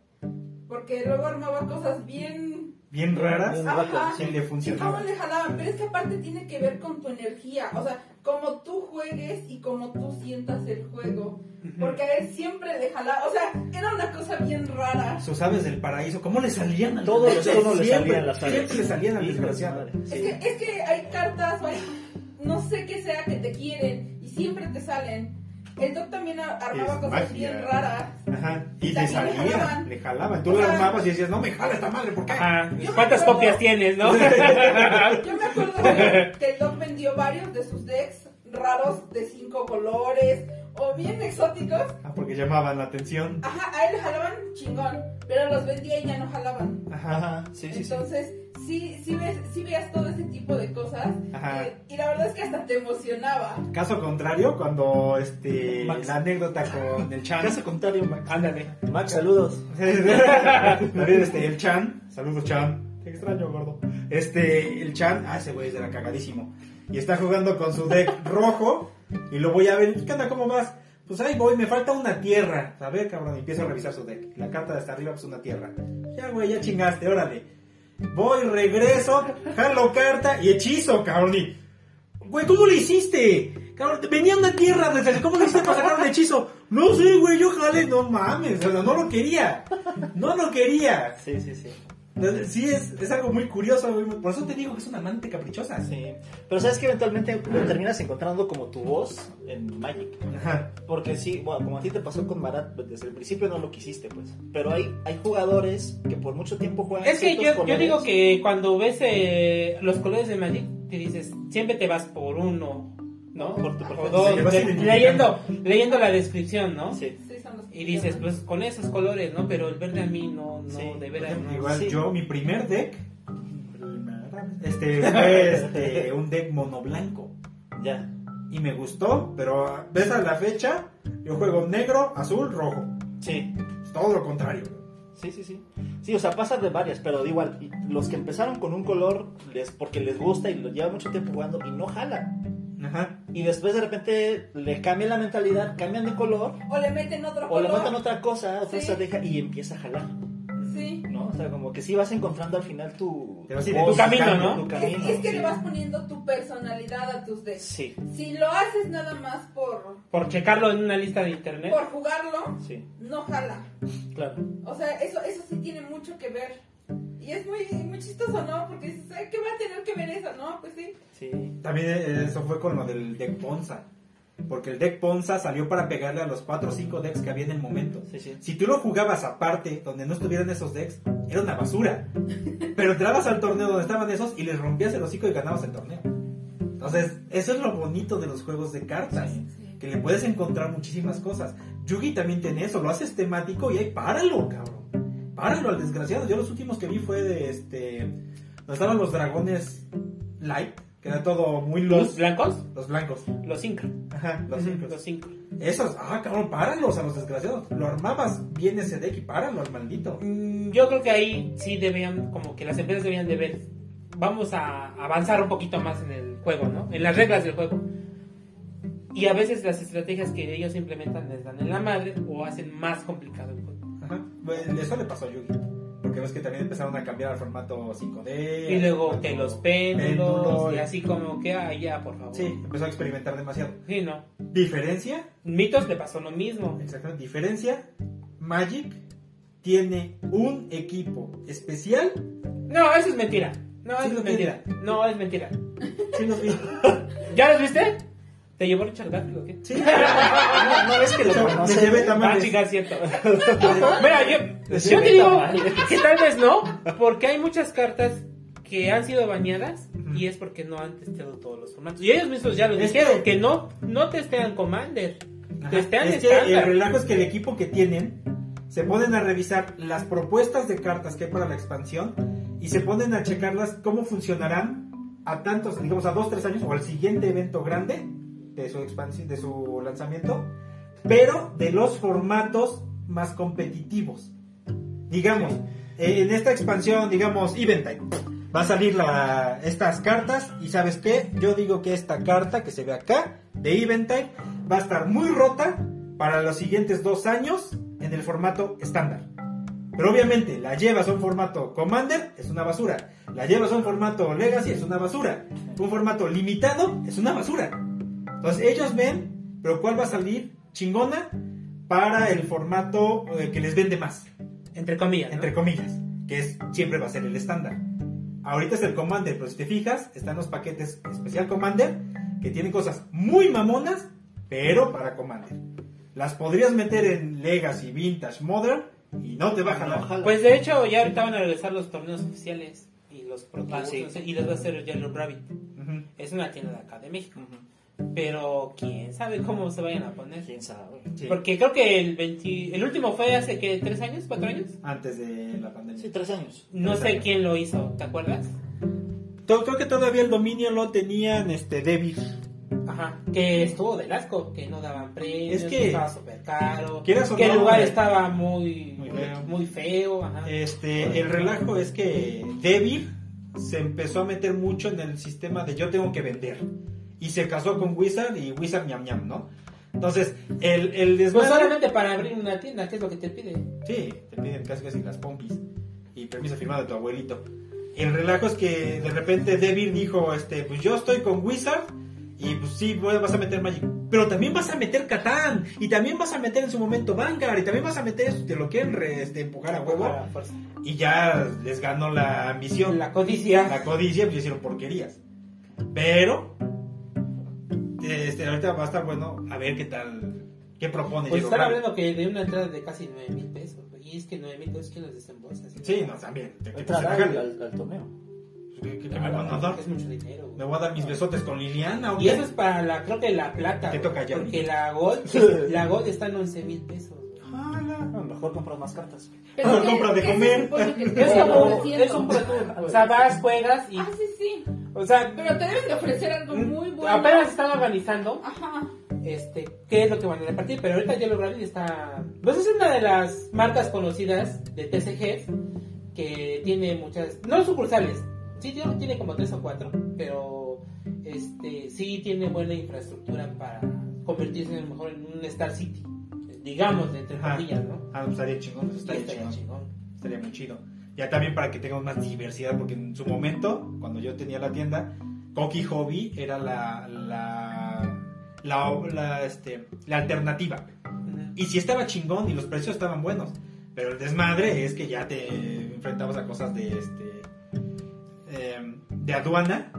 Speaker 4: Porque luego armaba cosas bien.
Speaker 1: Bien raras.
Speaker 2: Bien
Speaker 4: Ajá.
Speaker 1: Sí, le
Speaker 4: ¿Y cómo
Speaker 1: funcionaba.
Speaker 4: le jalaban? Pero es que aparte tiene que ver con tu energía. O sea, como tú juegues y como tú sientas el juego. Porque a él siempre le jalaba. O sea, era una cosa bien rara.
Speaker 1: Sus aves del paraíso, ¿cómo le salían al
Speaker 2: Todos los
Speaker 1: desgraciado?
Speaker 2: tonos le
Speaker 1: Siempre-
Speaker 2: salían las aves.
Speaker 1: Siempre le salían al
Speaker 2: Hijo de su
Speaker 1: desgraciado.
Speaker 2: madre. Sí.
Speaker 4: Es, que, es que hay cartas, vaya, no sé qué sea, que te quieren y siempre te salen. El Doc también a- armaba
Speaker 1: Es
Speaker 4: cosas
Speaker 1: magia.
Speaker 4: bien raras.
Speaker 1: Ajá. Y le
Speaker 4: También le
Speaker 1: salía,
Speaker 4: jalaban.
Speaker 1: le jalaban. Tú
Speaker 4: O
Speaker 1: lo
Speaker 4: sea-
Speaker 1: armabas y decías, no me jala esta madre, ¿por qué?
Speaker 3: ajá.
Speaker 4: Yo me
Speaker 3: ¿Cuántas
Speaker 4: acuerdo-
Speaker 3: copias tienes, no?
Speaker 4: Yo me acuerdo que, que el Doc vendió varios de sus decks raros de cinco colores o bien exóticos.
Speaker 1: Ah, porque llamaban la atención.
Speaker 4: Ajá, a él le jalaban chingón, pero los vendía y ya no jalaban.
Speaker 1: Ajá.
Speaker 2: Sí, sí, sí.
Speaker 4: Entonces, sí, sí, ves, sí veías todo ese tipo de cosas
Speaker 1: Ajá.
Speaker 4: y, y la verdad es que hasta te emocionaba.
Speaker 1: Caso contrario, cuando este
Speaker 2: Max.
Speaker 1: la anécdota con el Chan.
Speaker 2: Caso contrario, Max.
Speaker 3: Ándale.
Speaker 2: Max, saludos.
Speaker 1: También este, el Chan. Saludos, Chan. Te extraño, gordo. Este, el Chan, ah, ese güey es de la cagadísimo. Y está jugando con su deck rojo. Y lo voy a ver. ¿Qué onda? ¿Cómo vas? Pues ahí voy, me falta una tierra. A ver, cabrón, y empiezo a revisar su deck. La carta de hasta arriba, pues una tierra. Ya, güey, ya chingaste, órale. Voy, regreso, jalo carta y hechizo, cabrón. y- Güey, ¿cómo lo hiciste? Cabrón, venía una tierra, desde- ¿cómo lo hiciste para sacar un hechizo? No sé, güey, yo jalé, no mames, o sea, no lo quería. No lo quería.
Speaker 2: Sí, sí, sí.
Speaker 1: Sí, es, es algo muy curioso, güey, por eso te digo que es una amante caprichosa.
Speaker 2: Sí. Pero sabes que eventualmente lo terminas encontrando como tu voz en Magic.
Speaker 1: Ajá,
Speaker 2: Porque sí, bueno, como a ti te pasó con Marat, pues, desde el principio no lo quisiste, pues. Pero hay, hay jugadores que por mucho tiempo juegan.
Speaker 3: Es que
Speaker 2: ciertos
Speaker 3: yo, yo
Speaker 2: colores.
Speaker 3: digo que cuando ves eh, los colores de Magic, te dices, siempre te vas por uno, ¿no? Por tu por
Speaker 2: Ajá,
Speaker 3: dos,
Speaker 1: sí, te vas
Speaker 3: le-
Speaker 1: identificando.
Speaker 3: leyendo, leyendo la descripción, ¿no?
Speaker 2: Sí.
Speaker 4: Sí, son los que
Speaker 3: Y dices,
Speaker 4: llaman.
Speaker 3: pues con esos colores, ¿no? Pero el verde a mí no, no,
Speaker 2: Sí,
Speaker 3: de
Speaker 1: por
Speaker 3: veras
Speaker 1: ejemplo,
Speaker 3: no.
Speaker 1: igual
Speaker 2: Sí.
Speaker 1: yo, mi primer deck, este, fue este, un deck mono blanco.
Speaker 2: Ya.
Speaker 1: Y me gustó, pero ah, ves a la fecha, yo juego negro, azul, rojo.
Speaker 2: Sí.
Speaker 1: Es todo lo contrario.
Speaker 2: Sí, sí, sí. Sí, o sea, pasa de varias, pero igual, y los que empezaron con un color les, porque les gusta y lo llevan mucho tiempo jugando y no jalan.
Speaker 1: Ajá.
Speaker 2: Y después de repente le cambian la mentalidad, cambian de color
Speaker 4: O le meten otro
Speaker 2: o le
Speaker 4: color.
Speaker 2: montan otra cosa, otra
Speaker 4: Sí.
Speaker 2: cosa deja y empieza a jalar,
Speaker 4: Sí.
Speaker 2: ¿no? O sea, como que sí vas encontrando al final tu,
Speaker 1: Te vas a ir-
Speaker 2: voz,
Speaker 3: tu camino, ¿no?
Speaker 2: Tu
Speaker 4: Es,
Speaker 2: camino,
Speaker 4: es que
Speaker 2: sí.
Speaker 4: le vas poniendo tu personalidad a tus decks.
Speaker 2: Sí,
Speaker 4: Si lo haces nada más por,
Speaker 3: Por checarlo en una lista de internet.
Speaker 4: por jugarlo,
Speaker 2: sí,
Speaker 4: no jala.
Speaker 2: claro.
Speaker 4: O sea, eso, eso sí tiene mucho que ver. Y es muy, muy chistoso, ¿no? Porque dices, "Ay, ¿qué va a tener que ver eso? No, pues sí.
Speaker 2: Sí.
Speaker 1: También eh, eso fue con lo del deck Ponza. Porque el deck Ponza salió para pegarle a los 4 o 5 decks que había en el momento.
Speaker 2: Sí, sí.
Speaker 1: Si tú lo jugabas aparte, donde no estuvieran esos decks, era una basura. Pero entrabas al torneo donde estaban esos y les rompías el hocico y ganabas el torneo. Entonces, eso es lo bonito de los juegos de cartas. Que le puedes encontrar muchísimas cosas. Yugi también tiene eso, lo haces temático y ahí páralo, cabrón. Páralo al desgraciado. Yo los últimos que vi fue de este. Donde estaban los dragones light, que era todo muy
Speaker 3: Los
Speaker 1: luz.
Speaker 3: blancos,
Speaker 1: Los blancos.
Speaker 3: los incas.
Speaker 1: Ajá, los
Speaker 3: Ujú,
Speaker 1: blancos.
Speaker 3: Los incas.
Speaker 1: Esos, ah, cabrón, páralos a los desgraciados. Lo armabas bien ese deck y páralo al maldito.
Speaker 3: Mm, Yo creo que ahí sí debían, como que las empresas debían de ver, vamos a avanzar un poquito más en el juego, ¿no? En las reglas del juego. Y a veces las estrategias que ellos implementan les dan en la madre o hacen más complicado el juego.
Speaker 1: Ajá. Bueno, eso le pasó a Yugi. Porque ves que también empezaron a cambiar al formato 5D.
Speaker 3: Y luego
Speaker 1: al
Speaker 3: te
Speaker 1: formato-
Speaker 3: los péndulos
Speaker 1: Péndulo,
Speaker 3: y
Speaker 1: y-
Speaker 3: así como que, ah, ya, por favor.
Speaker 1: Sí, empezó a experimentar demasiado.
Speaker 3: Sí, no.
Speaker 1: Diferencia,
Speaker 3: Mitos le pasó lo mismo.
Speaker 1: exactamente, diferencia. Magic tiene un equipo especial.
Speaker 3: No, eso es mentira. No,
Speaker 1: Sí,
Speaker 3: eso
Speaker 1: lo
Speaker 3: es mentira. No, es mentira.
Speaker 1: Sí, los vi.
Speaker 3: ¿Ya los viste? ¿Te llevó Richard Garfield o qué?
Speaker 2: Sí. No, no ves que lo
Speaker 1: Me llevé
Speaker 2: conoce. Ah,
Speaker 3: Ah,
Speaker 1: tamales.
Speaker 3: chica, es cierto. Mira, yo,
Speaker 2: Les
Speaker 3: yo
Speaker 2: invento
Speaker 3: te digo
Speaker 2: tamales.
Speaker 3: que tal vez no, porque hay muchas cartas que han sido bañadas
Speaker 1: Ujú.
Speaker 3: y es porque no han testeado todos los formatos. Y ellos mismos ya lo dijeron, que no, no testean Commander,
Speaker 1: Ajá.
Speaker 3: testean
Speaker 1: Es que el
Speaker 3: estándar.
Speaker 1: relajo es que el equipo que tienen se ponen a revisar las propuestas de cartas que hay para la expansión y se ponen a checarlas cómo funcionarán a tantos, digamos a dos, tres años o al siguiente evento grande de su expansión, de su lanzamiento, pero de los formatos más competitivos. Digamos, eh, en esta expansión, digamos, Eventide. Va a salir la, estas cartas y sabes qué, yo digo que esta carta que se ve acá de Eventide va a estar muy rota para los siguientes dos años en el formato estándar. Pero obviamente la llevas a un formato Commander es una basura, la llevas a un formato Legacy es una basura, un formato limitado es una basura. Entonces ellos ven, pero cuál va a salir chingona para el formato eh, que les vende más
Speaker 3: entre comillas. ¿no?
Speaker 1: entre comillas, que es siempre va a ser el estándar. Ahorita es el Commander, pero si te fijas, están los paquetes especial Commander que tienen cosas muy mamonas, pero para Commander. Las podrías meter en Legacy, Vintage, Modern y no te bajan la
Speaker 2: Ojalá.
Speaker 3: Pues de hecho, ya ahorita van a regresar los torneos oficiales y los protocolos,
Speaker 2: Ah, sí.
Speaker 3: no sé, y los va a hacer Yellow Rabbit. Es una tienda de acá de México. Pero quién sabe cómo se vayan a poner.
Speaker 2: ¿Quién sabe?
Speaker 3: Porque creo que el 20 el último fue hace que tres años, cuatro años.
Speaker 1: Antes de la pandemia.
Speaker 2: Sí, tres años.
Speaker 3: No
Speaker 1: Tres
Speaker 3: sé
Speaker 1: años.
Speaker 3: quién lo hizo, ¿te acuerdas?
Speaker 1: To- Creo que todavía el dominio lo tenían este David.
Speaker 3: Ajá. Que estuvo del asco, que no daban premios,
Speaker 1: Es que-
Speaker 3: que estaba súper caro, que
Speaker 1: Quieras o no,
Speaker 3: el lugar
Speaker 1: eh,
Speaker 3: estaba muy
Speaker 1: muy feo.
Speaker 3: muy feo, ajá.
Speaker 1: Este, el relajo es que David se empezó a meter mucho en el sistema de yo tengo que vender. Y se casó con Wizard y Wizard ñam ñam, ¿no? Entonces, el, el
Speaker 3: Pues
Speaker 1: desmadre-
Speaker 3: solamente para abrir una tienda, ¿qué es lo que te piden?
Speaker 1: Sí, te piden casi casi las pompis. Y permiso firmado de tu abuelito. El relajo es que de repente David dijo, este, pues yo estoy con Wizard y pues sí, voy- vas a meter Magic. Pero también vas a meter Catán y también vas a meter en su momento Vanguard y también vas a meter eso, te lo quieren re- este, empujar a huevo.
Speaker 3: Para fuerza.
Speaker 1: Y ya les ganó la ambición, la,
Speaker 3: La codicia.
Speaker 1: codicia, pues hicieron porquerías. Pero, este, ahorita va a estar bueno a ver qué tal, qué propone.
Speaker 3: Pues
Speaker 1: Diego
Speaker 3: están
Speaker 1: Gabriel.
Speaker 3: hablando que de una entrada de casi 9 mil pesos. güey. Y es que 9 mil pesos, ¿quién los desembolsa?
Speaker 1: Sí, no, también. te- que te
Speaker 2: Entra
Speaker 1: se Pues, la
Speaker 2: al,
Speaker 1: jale.
Speaker 2: al, al torneo.
Speaker 1: ¿Qué- qué- qué me van a dar?
Speaker 3: Es mucho dinero. güey.
Speaker 1: Me voy a dar mis besotes con Liliana. ¿o
Speaker 3: Y
Speaker 1: qué?
Speaker 3: eso es para la, creo que la plata.
Speaker 1: Te
Speaker 3: güey,
Speaker 1: toca ya,
Speaker 3: Porque
Speaker 1: amigo.
Speaker 3: la gold, la gold está en 11 mil pesos. güey.
Speaker 1: Jala.
Speaker 2: A lo mejor compras más cartas.
Speaker 1: Ah,
Speaker 4: ¿qué-
Speaker 1: compra de
Speaker 4: qué se
Speaker 1: comer.
Speaker 4: supone que te
Speaker 3: Es
Speaker 4: están
Speaker 3: como,
Speaker 4: ofreciendo?
Speaker 3: es un pro tour. O sea, vas, juegas y,
Speaker 4: Ah, sí, sí.
Speaker 3: o sea,
Speaker 4: Pero te deben de ofrecer algo muy bueno.
Speaker 3: Mm, apenas están organizando,
Speaker 4: Ajá.
Speaker 3: este, qué es lo que van a repartir. Pero ahorita Yellow Rabbit está, pues es una de las marcas conocidas de TCG que tiene muchas, no sucursales, sí tiene, tiene como tres o cuatro, pero, este, sí tiene buena infraestructura para convertirse a lo mejor en un Star City, digamos, entre
Speaker 1: Ajá.
Speaker 3: comillas, ¿no?
Speaker 1: Ah, pues estaría chingón, pues
Speaker 3: Sí,
Speaker 1: estaría
Speaker 3: estaría
Speaker 1: chingón.
Speaker 3: chingón.
Speaker 1: Estaría muy chido. Ya también para que tengamos más diversidad, porque en su momento, cuando yo tenía la tienda, Coqui Hobby era la, la, la, la, este, la alternativa. Y si estaba chingón y los precios estaban buenos. Pero el desmadre es que ya te enfrentabas a cosas de este eh, de aduana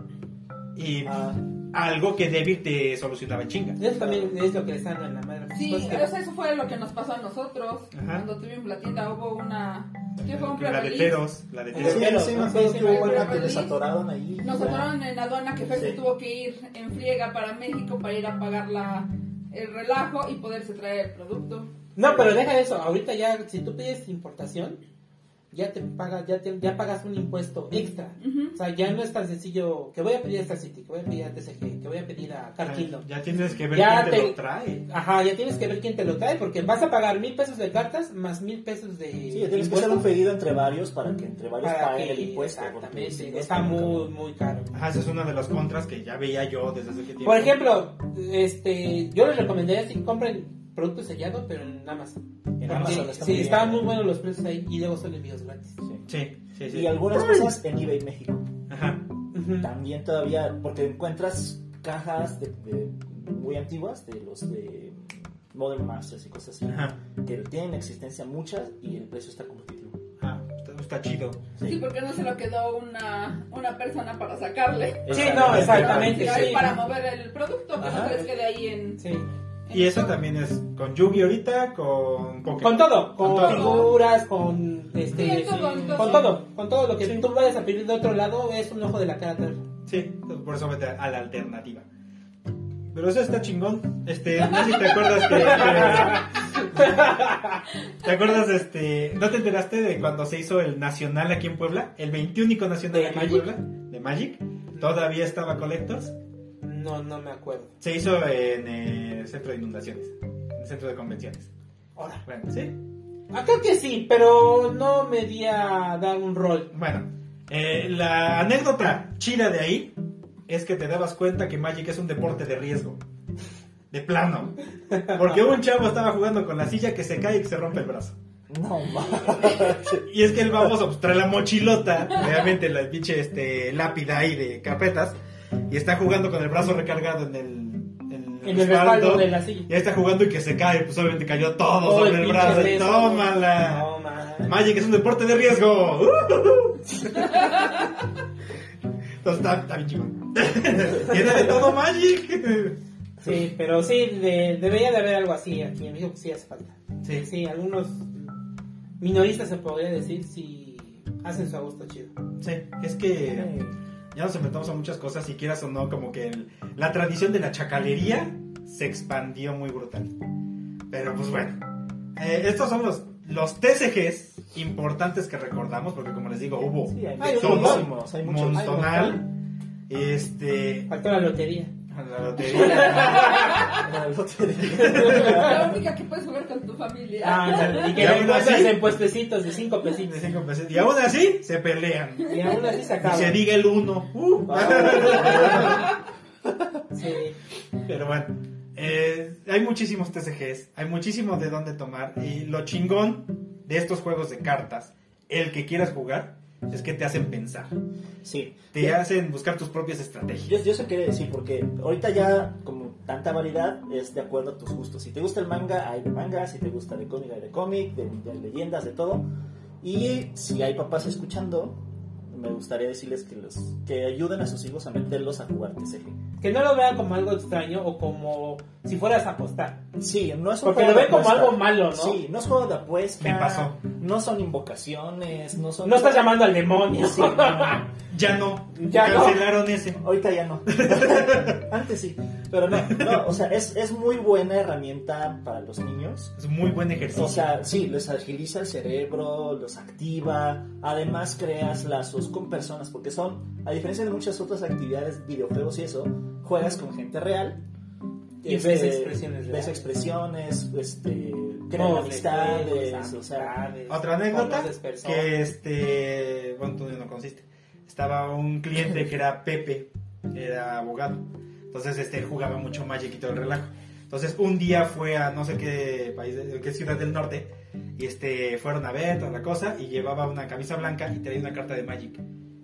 Speaker 1: y
Speaker 2: Ah,
Speaker 1: algo que David te solucionaba en chinga.
Speaker 3: Eso también es lo que le están dando en la madre.
Speaker 4: Sí,
Speaker 3: Pues que-
Speaker 4: o sea, eso fue lo que nos pasó a nosotros.
Speaker 1: Ajá.
Speaker 4: Cuando tuvimos la tienda hubo una... ¿Qué fue un
Speaker 1: La de
Speaker 4: pre-release?
Speaker 1: Teros, la de
Speaker 2: sí,
Speaker 1: Teros.
Speaker 3: Sí, pero-
Speaker 2: sí, me
Speaker 3: sí,
Speaker 2: acuerdo
Speaker 3: sí,
Speaker 2: que hubo
Speaker 4: pero-
Speaker 2: una que les atoraron ahí.
Speaker 4: Nos
Speaker 2: Ya.
Speaker 4: atoraron en aduana que Fer se
Speaker 2: Sí.
Speaker 4: tuvo que ir en friega para México para ir a pagar la, el relajo y poderse traer el producto.
Speaker 3: No, pero deja eso. Ahorita ya, si tú pides importación, ya te pagas, ya, te- ya pagas un impuesto extra.
Speaker 4: Ujú.
Speaker 3: O sea, ya no es tan sencillo que voy a pedir a Star City, que voy a pedir a TCG, que voy a pedir a Car Kingdom.
Speaker 1: Ya tienes que ver
Speaker 3: Ya
Speaker 1: quién te,
Speaker 3: te-
Speaker 1: lo trae.
Speaker 3: Ajá, ya tienes que ver quién te lo trae, porque vas a pagar mil pesos de cartas más mil pesos de
Speaker 2: Sí, tienes que hacer un pedido entre varios para que entre varios
Speaker 3: para
Speaker 2: paguen
Speaker 3: que-
Speaker 2: el impuesto. porque
Speaker 3: Ah, Exactamente,
Speaker 2: si no,
Speaker 3: está
Speaker 2: como que-
Speaker 3: muy, muy caro.
Speaker 1: Ajá, esa es una de las contras que ya veía yo desde hace tiempo.
Speaker 3: Por ejemplo, este, yo les recomendaría si compren productos sellados, pero en Amazon.
Speaker 2: En
Speaker 3: Porque
Speaker 2: Amazon está
Speaker 3: sí,
Speaker 2: muy bien.
Speaker 3: estaban muy buenos los precios ahí y luego son envíos gratis.
Speaker 2: Sí.
Speaker 1: Sí, sí, sí.
Speaker 2: Y algunas cosas en eBay México.
Speaker 1: Ajá.
Speaker 3: Ujú.
Speaker 2: También todavía, porque encuentras cajas de, de- muy antiguas de los de Modern Masters y cosas así,
Speaker 1: Ajá.
Speaker 2: que tienen existencia muchas y el precio está competitivo.
Speaker 1: ajá. Ah, Está, está está chido.
Speaker 4: Sí, porque no se lo quedó una, una persona para sacarle.
Speaker 3: Sí, no, exactamente.
Speaker 4: Para-
Speaker 3: Sí.
Speaker 4: Para mover el producto, que
Speaker 2: Ajá.
Speaker 4: no se les quede ahí en.
Speaker 3: Sí.
Speaker 1: Y eso también es con Yugi ahorita, con Pokémon.
Speaker 3: Con todo, con,
Speaker 1: Con todo.
Speaker 3: figuras, con este,
Speaker 4: Sí, todo,
Speaker 3: con,
Speaker 4: todo.
Speaker 3: todo, con todo lo que tú vayas a pedir de otro lado es un ojo de la cara atrás.
Speaker 1: Sí, por eso vete a la alternativa. Pero eso está chingón. Este, no sé si te acuerdas que. que- ¿Te acuerdas, este. ¿No te enteraste de cuando se hizo el nacional aquí en Puebla? El 21 nacional
Speaker 3: ¿De
Speaker 1: aquí
Speaker 3: Magic?
Speaker 1: en Puebla, de Magic. Todavía estaba Collectors.
Speaker 3: No, no me acuerdo.
Speaker 1: Se hizo en el centro de inundaciones, en el centro de convenciones.
Speaker 3: Ahora,
Speaker 1: Bueno, sí.
Speaker 3: acá que sí, pero no me di a dar un rol.
Speaker 1: Bueno, eh, la anécdota chida de ahí es que te dabas cuenta que Magic es un deporte de riesgo. De plano. Porque un chavo estaba jugando con la silla que se cae y que se rompe el brazo.
Speaker 2: No, mames.
Speaker 1: Y es que el baboso pues, trae la mochilota, obviamente la pinche este, lápida ahí de carpetas, y está jugando con el brazo recargado en el,
Speaker 3: En el respaldo de la silla.
Speaker 1: Y ahí está jugando y que se cae, pues obviamente cayó todo,
Speaker 3: Todo
Speaker 1: sobre el,
Speaker 3: pinche
Speaker 1: brazo.
Speaker 3: peso.
Speaker 1: ¡Tómala!
Speaker 3: No, man.
Speaker 1: Magic es un deporte de riesgo. ¡Uh! Entonces está, está bien chingón. Tiene de todo Magic.
Speaker 3: Sí, pero sí, de- debería de haber algo así aquí en México, sí hace falta.
Speaker 1: Sí.
Speaker 3: Sí, algunos minoristas se podría decir si hacen su agosto chido.
Speaker 1: Sí, es que ya nos enfrentamos a muchas cosas, si quieras o no, como que el- la tradición de la chacalería se expandió muy brutal. Pero pues bueno, eh, estos son los, los TCGs importantes que recordamos, porque como les digo, hubo
Speaker 2: Sí, hay
Speaker 3: Hay
Speaker 1: un montón.
Speaker 2: muchísimos, hay muchos.
Speaker 1: montonal. Este.
Speaker 3: Faltó la lotería.
Speaker 1: La lotería.
Speaker 2: Era el otro día.
Speaker 4: La única que puedes jugar con tu familia.
Speaker 3: Ah, y que
Speaker 1: Y
Speaker 3: la
Speaker 1: aún
Speaker 3: encuentras
Speaker 1: así-
Speaker 3: en puestecitos de 5 pesitos.
Speaker 1: de cinco pesos, Y aún así, se pelean.
Speaker 3: Y aún así se
Speaker 1: Y
Speaker 3: acaba.
Speaker 1: se diga el uno. ¡Uh!
Speaker 3: Sí.
Speaker 1: Pero bueno, eh, hay muchísimos TCGs, hay muchísimo de dónde tomar. Y lo chingón de estos juegos de cartas, el que quieras jugar, es que te hacen pensar.
Speaker 2: Sí.
Speaker 1: Te hacen buscar tus propias estrategias.
Speaker 2: Yo, yo eso quería decir porque ahorita ya como tanta variedad es de acuerdo a tus gustos. Si te gusta el manga, hay de manga, si te gusta de cómic, hay de cómic, de, de leyendas, de todo. Y si hay papás escuchando, me gustaría decirles que los que ayuden a sus hijos a meterlos a jugar TCG.
Speaker 3: Que no lo vean como algo extraño o como si fueras a apostar.
Speaker 2: Sí, no es un
Speaker 3: Porque
Speaker 2: juego
Speaker 3: lo
Speaker 2: de
Speaker 3: ven como
Speaker 2: apuesta.
Speaker 3: algo malo, ¿no?
Speaker 2: Sí, no es juego de apuesta.
Speaker 1: Me pasó.
Speaker 2: No son invocaciones, no son
Speaker 3: No estás llamando al demonio.
Speaker 2: Sí, no, no.
Speaker 1: Ya no,
Speaker 3: Ya no.
Speaker 1: cancelaron ese.
Speaker 2: Ahorita ya no. Antes sí. Pero no, no, o sea, es, es muy buena herramienta para los niños.
Speaker 1: Es muy buen ejercicio.
Speaker 2: O sea, sí, les agiliza el cerebro, los activa. Además, creas lazos con personas, porque son, a diferencia de muchas otras actividades, videojuegos y eso, juegas con gente real. Este,
Speaker 3: Y ves expresiones
Speaker 2: Ves
Speaker 3: reales.
Speaker 2: expresiones, este, creas
Speaker 3: Modos de
Speaker 2: amistades,
Speaker 3: juegos,
Speaker 2: o sea.
Speaker 3: amistades,
Speaker 1: Otra anécdota
Speaker 3: conoces personas.
Speaker 1: que este, bueno, tú no consiste. Estaba un cliente que era Pepe, era abogado. Entonces este él jugaba mucho Magic y todo el relajo. Entonces un día fue a no sé qué país, qué ciudad del norte y este fueron a ver toda la cosa y llevaba una camisa blanca y traía una carta de Magic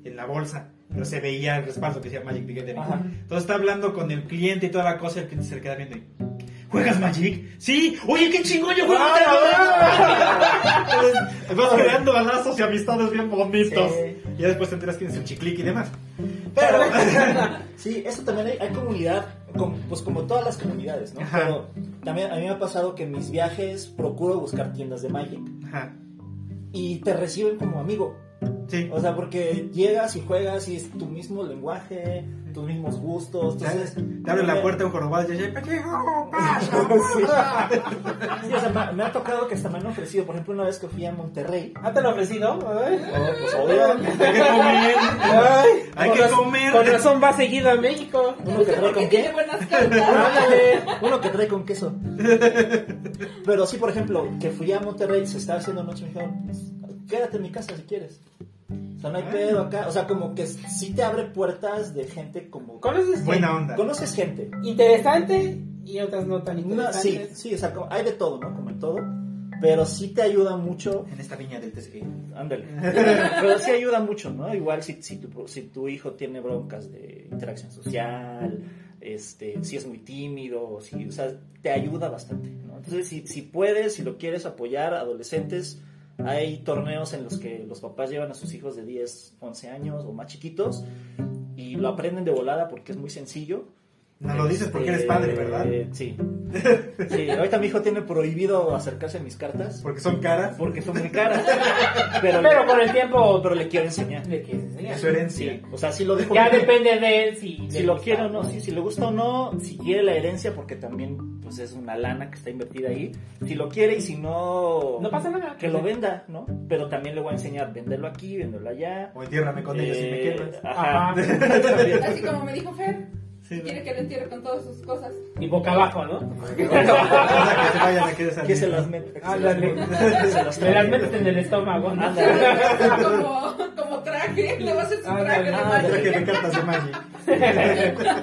Speaker 1: en la bolsa, pero se veía el respaldo que decía Magic the Gathering.
Speaker 2: Ajá.
Speaker 1: Entonces está hablando con el cliente y toda la cosa, el cliente se le queda viendo y, ¿Juegas Magic? Sí, oye, qué chingón, yo juego Magic". Entonces, vas creando lazos y amistades bien bonitos.
Speaker 2: Sí.
Speaker 1: Y ya después tendrás quién es el chiclic y demás.
Speaker 2: Pero, sí, eso también hay, hay comunidad, com- pues como todas las comunidades, ¿no?
Speaker 1: Ajá.
Speaker 2: Pero también a mí me ha pasado que en mis viajes procuro buscar tiendas de Magic
Speaker 1: Ajá,
Speaker 2: y te reciben como amigo.
Speaker 1: sí.
Speaker 2: O sea, porque llegas y juegas y es tu mismo lenguaje, tus mismos gustos. Entonces,
Speaker 1: Te abre la puerta un jorobado y dice, "Pendejo, pasa".
Speaker 2: ah, Sí, o sea, me, me ha tocado que hasta me han ofrecido, por ejemplo, una vez que fui a Monterrey.
Speaker 3: ¿Ah, te lo he ofrecido? Ay.
Speaker 2: Oh, pues, obvio,
Speaker 1: Hay que comer.
Speaker 3: Ay.
Speaker 1: Hay
Speaker 3: Con
Speaker 1: que
Speaker 3: raz-
Speaker 1: comer.
Speaker 3: Con razón va seguido a México.
Speaker 2: uno que trae
Speaker 4: porque
Speaker 2: con
Speaker 4: tiene
Speaker 2: qué.
Speaker 4: buenas cartas.
Speaker 2: Ándale, uno que trae con queso. Pero sí, por ejemplo, que fui a Monterrey, se estaba haciendo noche, me dijeron, quédate en mi casa si quieres. O sea, no hay
Speaker 1: Ah.
Speaker 2: pedo acá. O sea, como que sí te abre puertas de gente como...
Speaker 3: ¿Conoces?
Speaker 1: Buena onda.
Speaker 2: Conoces gente.
Speaker 3: Interesante y otras no tan
Speaker 2: No, sí,
Speaker 3: interesantes.
Speaker 2: sí, o sea, como- hay de todo, ¿no? Como en todo. Pero sí te ayuda mucho.
Speaker 1: En esta viña del TCG.
Speaker 2: Ándale. Pero sí ayuda mucho, ¿no? Igual si, si, tu, si tu hijo tiene broncas de interacción social, este, si es muy tímido, si, o sea, te ayuda bastante, ¿no? Entonces, si, si puedes, si lo quieres apoyar, adolescentes, Hay torneos en los que los papás llevan a sus hijos de 10, 11 años o más chiquitos y lo aprenden de volada porque es muy sencillo.
Speaker 1: No lo dices porque eres
Speaker 2: Este,
Speaker 1: padre, ¿verdad?
Speaker 2: Sí. Sí, ahorita mi hijo tiene prohibido acercarse a mis cartas
Speaker 1: Porque son caras.
Speaker 2: porque son muy caras. Pero,
Speaker 3: Pero
Speaker 2: le,
Speaker 3: con el tiempo
Speaker 2: pero le quiero enseñar.
Speaker 3: le quieres enseñar.
Speaker 1: Es su herencia.
Speaker 2: Sí, o sea, sí lo dejo.
Speaker 3: Ya depende de él si,
Speaker 2: si
Speaker 3: le
Speaker 2: lo
Speaker 3: gusta,
Speaker 2: quiere o no, sí, si le gusta o no, si quiere la herencia, porque también pues es una lana que está invertida ahí. Si lo quiere y si no,
Speaker 3: No pasa nada.
Speaker 2: que lo venda, ¿no? Pero también le voy a enseñar venderlo aquí, venderlo allá.
Speaker 1: O entiérrame con ellos si me Ah,
Speaker 2: Eh,
Speaker 1: quieres.
Speaker 2: Ajá.
Speaker 4: Así como me dijo Fer,
Speaker 1: Sí,
Speaker 4: quiere que lo entierre con todas sus cosas.
Speaker 3: Y boca abajo, ¿no?
Speaker 1: no. que se vayan a querer salir.
Speaker 2: que se las meta.
Speaker 3: Ah,
Speaker 2: que
Speaker 3: las
Speaker 2: se las
Speaker 3: meta.
Speaker 2: meta, se las
Speaker 3: Me las
Speaker 2: meta.
Speaker 3: metes en el estómago, ¿no?
Speaker 2: Ándale.
Speaker 4: como, como traje, le va a hacer su
Speaker 3: Ah,
Speaker 4: traje de
Speaker 3: ah,
Speaker 1: Traje
Speaker 4: Magic.
Speaker 1: de cartas de Magic. Pero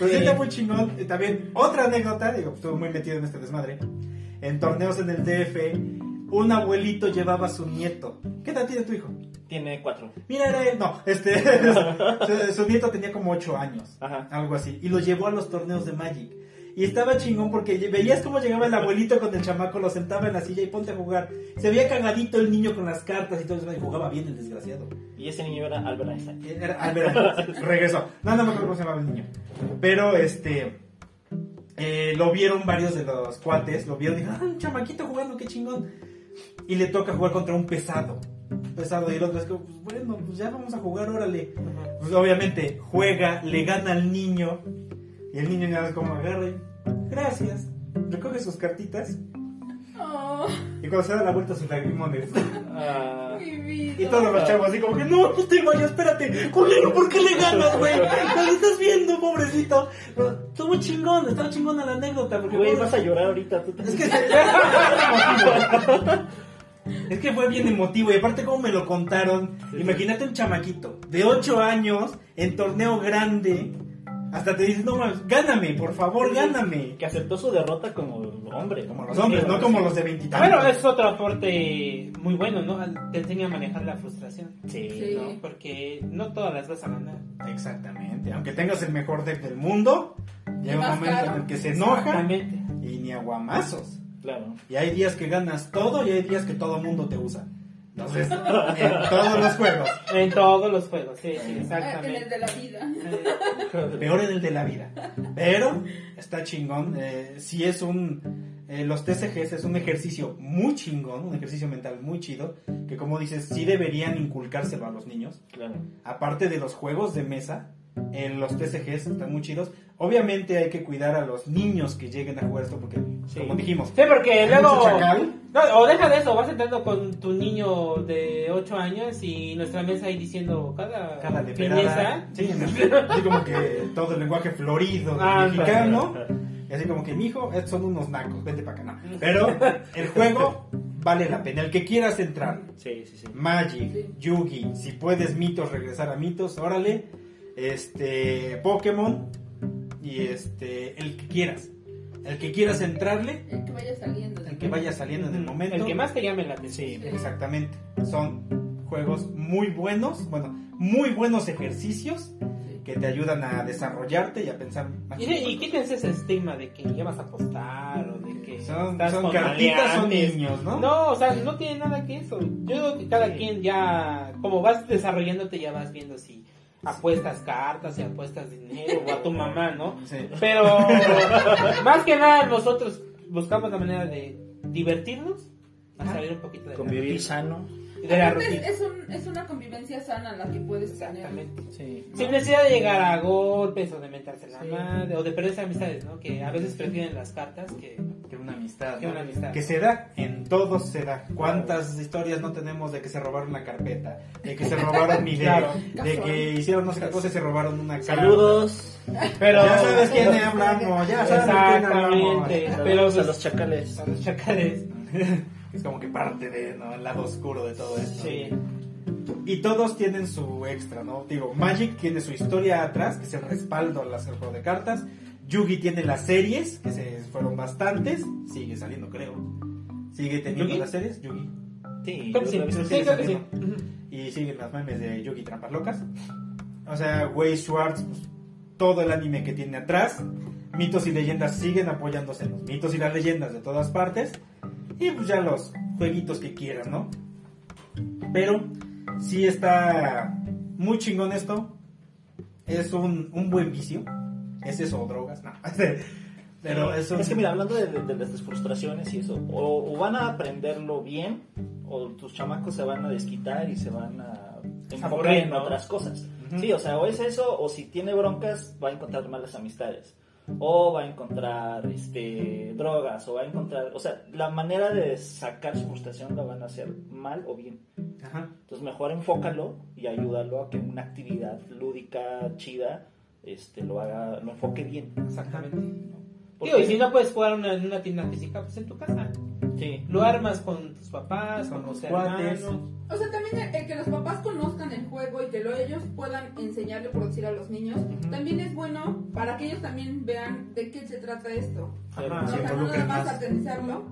Speaker 1: Pues sí está muy chingón. Eh, También, otra anécdota, digo, estuve muy metido en este desmadre. En torneos en el DF, un abuelito llevaba a su nieto. ¿Qué edad tiene tu hijo?
Speaker 2: Tiene cuatro.
Speaker 1: Mira, era él. No, este. su, su nieto tenía como 8 años.
Speaker 2: Ajá.
Speaker 1: Algo así. Y lo llevó a los torneos de Magic. Y estaba chingón porque lle- veías cómo llegaba el abuelito con el chamaco, lo sentaba en la silla y ponte a jugar. Se veía cagadito el niño con las cartas y todo eso. Y jugaba bien el desgraciado.
Speaker 2: Y ese niño era Albert Einstein.
Speaker 1: Era Albert, regresó. No, no me acuerdo cómo se llamaba el niño. Pero este. eh, lo vieron varios de los cuates. Lo vieron y dijeron, ah, un chamaquito jugando, qué chingón. Y le toca jugar contra un pesado. Un pesado. Y el otro es como, pues bueno, pues ya vamos a jugar, órale. Pues obviamente juega, le gana al niño. Y el niño nada más como agarra y, gracias. Recoge sus cartitas.
Speaker 4: Oh,
Speaker 1: Y cuando se da la vuelta, sus lagrimones.
Speaker 2: Ah,
Speaker 4: mi vida.
Speaker 1: Y todos los chavos así como que, no, no te vayas, espérate, culero, ¿por qué le ganas, güey? No lo estás viendo, pobrecito. Pero Estuvo chingón, estaba chingona la anécdota, porque
Speaker 2: Güey,
Speaker 1: fue-
Speaker 2: vas a llorar ahorita. Tú te...
Speaker 1: es que se- Es que fue bien emotivo y aparte como me lo contaron, imagínate un chamaquito de 8 años en torneo grande, hasta te dices, no mames, gáname, por favor, gáname.
Speaker 2: que aceptó su derrota como hombre.
Speaker 1: Como los hombres, no como los de veintitantos.
Speaker 3: Bueno, es otro aporte muy bueno, ¿no? Te enseña a manejar la frustración,
Speaker 2: Sí.
Speaker 4: Sí.
Speaker 3: ¿no? Porque no todas las vas a ganar.
Speaker 1: Exactamente, aunque tengas el mejor deck del mundo, llega un
Speaker 4: más
Speaker 1: momento
Speaker 4: caro.
Speaker 1: en el que se enoja
Speaker 3: Exactamente.
Speaker 1: y ni aguamazos.
Speaker 2: Claro.
Speaker 1: Y hay días que ganas todo y hay días que todo mundo te usa. Entonces, en todos los juegos.
Speaker 3: En todos los juegos, sí,
Speaker 2: Eh,
Speaker 3: sí,
Speaker 4: Ah, En el
Speaker 3: exactamente.
Speaker 4: de la vida.
Speaker 1: Peor en el de la vida. Pero está chingón. eh, si es un. eh, los TCGs es un ejercicio muy chingón, un ejercicio mental muy chido. Que, como dices, sí deberían inculcárselo a los niños.
Speaker 2: Claro.
Speaker 1: aparte de los juegos de mesa, en los TCGs están muy chidos. Obviamente hay que cuidar a los niños que lleguen a jugar esto porque,
Speaker 3: Sí.
Speaker 1: como dijimos,
Speaker 3: Sí, porque
Speaker 1: hay
Speaker 3: luego...
Speaker 1: mucho chacal.
Speaker 3: No, o deja de eso, vas entrando con tu niño de 8 años y nuestra mesa ahí diciendo cada,
Speaker 1: Cada de
Speaker 3: mesa.
Speaker 1: pelada. Sí, así como que todo el lenguaje florido del
Speaker 3: Ah,
Speaker 1: mexicano. Y así como que, mijo, estos son unos nacos, vente para acá. No. Pero el juego vale la pena. El que quieras entrar,
Speaker 2: Sí, sí, sí.
Speaker 1: Magic,
Speaker 4: Sí.
Speaker 1: Yugi, si puedes mitos, regresar a mitos, órale. Este, Pokémon y este, el que quieras. El que quieras entrarle,
Speaker 4: El que vaya saliendo.
Speaker 1: el que vaya saliendo en el momento.
Speaker 3: Mm, El que más te llame la atención.
Speaker 2: Sí.
Speaker 1: Exactamente. Son juegos muy buenos, bueno, muy buenos ejercicios
Speaker 4: Sí.
Speaker 1: que te ayudan a desarrollarte y a pensar más.
Speaker 3: Y, y quítense ese estigma de que ya vas a apostar o de que
Speaker 1: Son,
Speaker 3: estás
Speaker 1: son
Speaker 3: con
Speaker 1: cartitas, son
Speaker 3: maleantes.
Speaker 1: niños, ¿no?
Speaker 3: No, o sea, no tiene nada que eso. Yo creo que cada
Speaker 2: Sí.
Speaker 3: quien ya, como vas desarrollándote, ya vas viendo si apuestas cartas, si apuestas dinero o a tu mamá, ¿no?
Speaker 1: Sí.
Speaker 3: Pero más que nada nosotros buscamos la manera de divertirnos y
Speaker 1: Ajá.
Speaker 3: salir un poquito de,
Speaker 2: Convivir sano.
Speaker 3: La, de la
Speaker 4: Aparte,
Speaker 3: rutina.
Speaker 4: es, un- es una convivencia sana la que puedes tener.
Speaker 3: Exactamente.
Speaker 2: Sí.
Speaker 3: Sin necesidad de llegar a golpes o de meterse la
Speaker 2: Sí.
Speaker 3: madre o de perderse amistades, ¿no? Que a veces prefieren las cartas que...
Speaker 1: Que una amistad.
Speaker 3: Que
Speaker 1: ¿no?
Speaker 3: una amistad.
Speaker 1: Que se da, en todos se da. ¿Cuántas historias no tenemos de que se robaron la carpeta? De que se robaron mi idea.
Speaker 3: Claro.
Speaker 1: de que hicieron no sé qué cosa y se robaron una cara.
Speaker 2: Saludos.
Speaker 3: Pero...
Speaker 1: Ya sabes quién hablamos, ya sabes de quién hablamos.
Speaker 3: Exactamente. Pero,
Speaker 2: Pero a
Speaker 3: pues,
Speaker 2: los chacales.
Speaker 3: a los chacales.
Speaker 1: Es como que parte de, ¿no? el lado oscuro de todo esto.
Speaker 3: Sí.
Speaker 1: Y todos tienen su extra, ¿no? Digo, Magic tiene su historia atrás, que es el respaldo al hacer juego de cartas. Yugi tiene las series, que se fueron bastantes. Sigue saliendo, creo. Sigue teniendo
Speaker 3: ¿Yugi?
Speaker 1: las series, Yugi.
Speaker 2: Sí.
Speaker 3: Creo que sí.
Speaker 2: yo la vi-
Speaker 3: Sí, creo que sí.
Speaker 1: Y siguen las memes de Yugi Trampas Locas. O sea, Way Schwartz, pues, todo el anime que tiene atrás. Mitos y leyendas siguen apoyándose en los mitos y las leyendas de todas partes. Y pues ya los jueguitos que quieras, ¿no? Pero sí está muy chingón esto. Es un, un buen vicio. Es eso, drogas, no. Pero es un-
Speaker 2: Es que mira, hablando de, de- de las frustraciones y eso, o, o van a aprenderlo bien, o tus chamacos se van a desquitar y se van a enfocar
Speaker 1: Aburrir,
Speaker 2: en
Speaker 1: ¿no?
Speaker 2: otras cosas.
Speaker 1: Ujú.
Speaker 2: Sí, o sea, o es eso, o si tiene broncas, va a encontrar malas amistades, o va a encontrar este, drogas, o va a encontrar, o sea, la manera de sacar su frustración la van a hacer mal o bien.
Speaker 1: Ajá.
Speaker 2: Entonces mejor enfócalo y ayúdalo a que una actividad lúdica, chida, este, lo haga, lo enfoque bien.
Speaker 3: Exactamente.
Speaker 2: Porque-
Speaker 3: Digo, y si no puedes jugar una- en una tienda física, pues en tu casa.
Speaker 2: Sí.
Speaker 3: Lo armas con tus papás, con
Speaker 1: Con
Speaker 3: tus
Speaker 1: tus cuates.
Speaker 3: hermanos.
Speaker 4: O sea, también el, el que los papás conozcan el juego y que lo, ellos puedan enseñarle, por decir, a los niños, también es bueno para que ellos también vean de qué se trata esto.
Speaker 1: Ajá.
Speaker 4: O
Speaker 1: se
Speaker 4: sea, no nada
Speaker 1: involucren
Speaker 4: más
Speaker 1: más.
Speaker 4: aterrizarlo,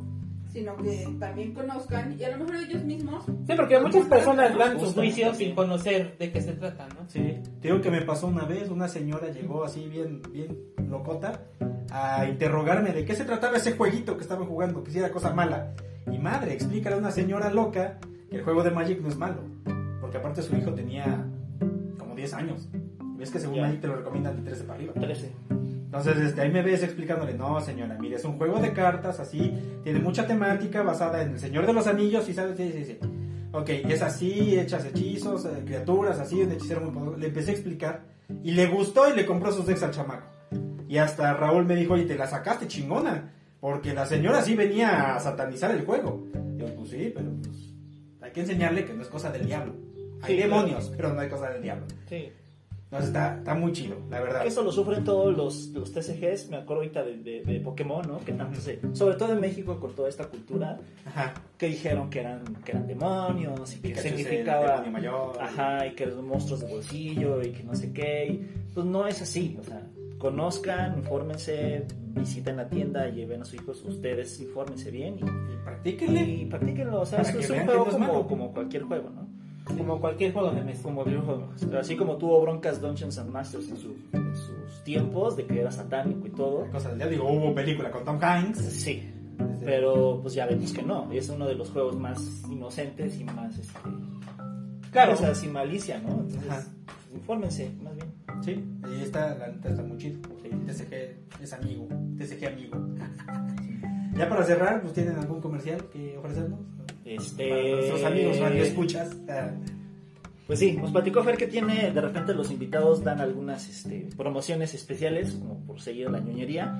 Speaker 4: sino que también conozcan y a lo mejor ellos mismos.
Speaker 3: Sí, porque muchas personas dan sus
Speaker 2: Justo,
Speaker 3: juicios
Speaker 2: sí.
Speaker 3: sin conocer de qué se trata, ¿no?
Speaker 1: Sí, te digo que me pasó una vez, una señora llegó así bien, bien locota a interrogarme de qué se trataba ese jueguito que estaban jugando, que si era cosa mala. Y madre, explícale a una señora loca que el juego de Magic no es malo, porque aparte su hijo tenía como 10 años. Ves que según
Speaker 2: Ya.
Speaker 1: Magic te lo recomiendan de 13 para arriba.
Speaker 2: 13.
Speaker 1: Entonces, este, ahí me ves explicándole, no señora, mire, es un juego de cartas, así, tiene mucha temática basada en el Señor de los Anillos, y sabes, sí, sí, sí. Ok, es así, hechas hechizos, eh, criaturas, así, un hechicero muy poderoso. Le empecé a explicar, y le gustó y le compró sus decks al chamaco. Y hasta Raúl me dijo, oye, te la sacaste chingona, porque la señora sí venía a satanizar el juego. Yo, pues sí, pero pues, hay que enseñarle que no es cosa del diablo. Hay
Speaker 2: Sí, claro.
Speaker 1: demonios, pero no hay cosa del diablo.
Speaker 2: Sí.
Speaker 1: No, está, está muy chido, la verdad.
Speaker 2: Eso lo sufren todos los, los TCGs, me acuerdo ahorita de, de- de Pokémon, ¿no? Que tanto se- Sobre todo en México con toda esta cultura
Speaker 1: Ajá.
Speaker 2: que dijeron que eran, que eran demonios y que
Speaker 1: Pikachu es el
Speaker 2: significaba...
Speaker 1: demonio mayor.
Speaker 2: Ajá, y que los monstruos de bolsillo y que no sé qué. y- pues no es así, o sea, conozcan, infórmense, visiten la tienda, lleven a sus hijos, ustedes infórmense bien y,
Speaker 1: Y practíquenle.
Speaker 2: y practíquenlo. O sea,
Speaker 1: Para
Speaker 2: es,
Speaker 1: que
Speaker 2: es un
Speaker 1: vean que
Speaker 2: juego
Speaker 1: no es
Speaker 2: como,
Speaker 1: malo.
Speaker 2: como cualquier juego, ¿no?
Speaker 3: Como cualquier juego de mesa.
Speaker 2: como videojuegos. Así como tuvo broncas Dungeons and Masters en, su- en sus tiempos, de que era satánico y todo.
Speaker 1: Cosa del día, digo, hubo película con Tom Hanks.
Speaker 2: Sí, pero pues ya vemos que no. Es uno de los juegos más inocentes y más, este,
Speaker 3: Claro.
Speaker 2: o sea, sin malicia, ¿no? Entonces,
Speaker 1: Ajá.
Speaker 2: infórmense, más bien.
Speaker 1: Sí, ahí está, la neta está muy chido. TCG es amigo, TCG amigo. ya para cerrar, pues tienen algún comercial que ofrecernos. Para
Speaker 2: Este...
Speaker 1: nuestros amigos, radio escuchas. Ah,
Speaker 2: Pues sí, nos platicó Fer que tiene, de repente los invitados dan algunas este, promociones especiales, como por seguir la ñoñería.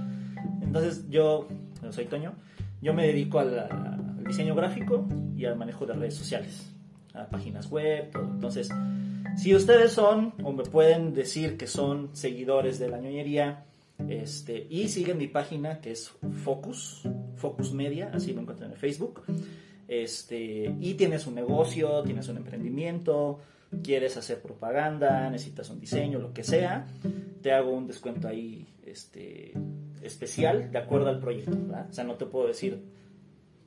Speaker 2: Entonces yo, yo soy Toño, yo me dedico a la- al diseño gráfico y al manejo de redes sociales, a páginas web, todo. Entonces, si ustedes son o me pueden decir que son seguidores de la ñoñería este, y siguen mi página que es Focus, Focus Media, así lo encuentran en Facebook este, y tienes un negocio, tienes un emprendimiento, quieres hacer propaganda, necesitas un diseño, lo que sea, te hago un descuento ahí este, especial de acuerdo al proyecto. ¿verdad? O sea, no te puedo decir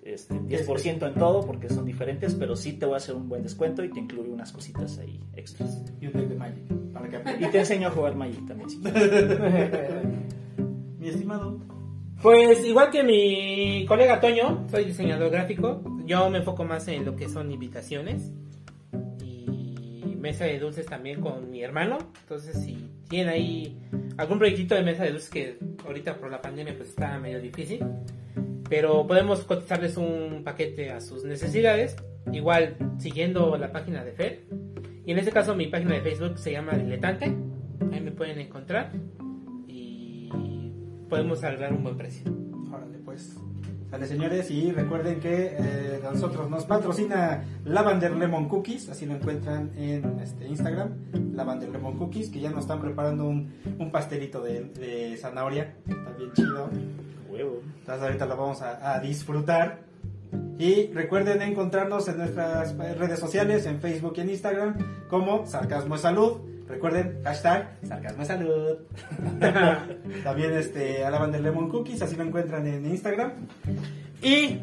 Speaker 2: este, 10% en todo porque son diferentes, pero sí te voy a hacer un buen descuento y te incluyo unas cositas ahí extras.
Speaker 1: y un deck de Magic. Para que
Speaker 2: Y
Speaker 1: aprendan.
Speaker 2: te enseño a jugar Magic también. si quieres.
Speaker 1: Mi estimado.
Speaker 3: Pues igual que mi colega Toño, soy diseñador gráfico. Yo me enfoco más en lo que son invitaciones y mesa de dulces también con mi hermano. Entonces, si tienen ahí algún proyectito de mesa de dulces que ahorita por la pandemia pues está medio difícil, pero podemos cotizarles un paquete a sus necesidades, igual siguiendo la página de Fer. Y en este caso mi página de Facebook se llama Diletante. Ahí me pueden encontrar y podemos arreglar un buen precio.
Speaker 1: Órale, pues. Sale, señores, y recuerden que eh, a nosotros nos patrocina Lavander Lemon Cookies, así lo encuentran en este, Instagram, Lavander Lemon Cookies, que ya nos están preparando un, un pastelito de, de zanahoria, está bien chido,
Speaker 2: Huevo.
Speaker 1: entonces ahorita lo vamos a, a disfrutar. Y recuerden encontrarnos en nuestras redes sociales, en Facebook y en Instagram, como Sarcasmo es Salud. Recuerden, hashtag Sarcasmo es Salud. También este, a Lavander Lemon Cookies, así lo encuentran en Instagram. Y eh,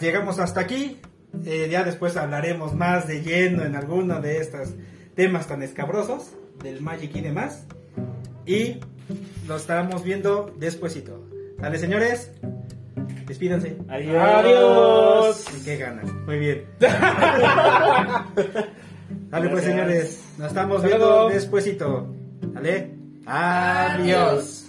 Speaker 1: llegamos hasta aquí. Eh, ya después hablaremos más de lleno en alguno de estos temas tan escabrosos del Magic y demás. Y nos estaremos viendo despuesito. Dale, señores. Despídanse.
Speaker 2: Adiós.
Speaker 1: Y que ganas. Muy bien. Dale pues
Speaker 2: Gracias.
Speaker 1: señores, nos estamos
Speaker 3: Hasta
Speaker 1: viendo
Speaker 3: luego.
Speaker 1: despuesito. ¿Vale?
Speaker 4: Adiós.
Speaker 1: Adiós.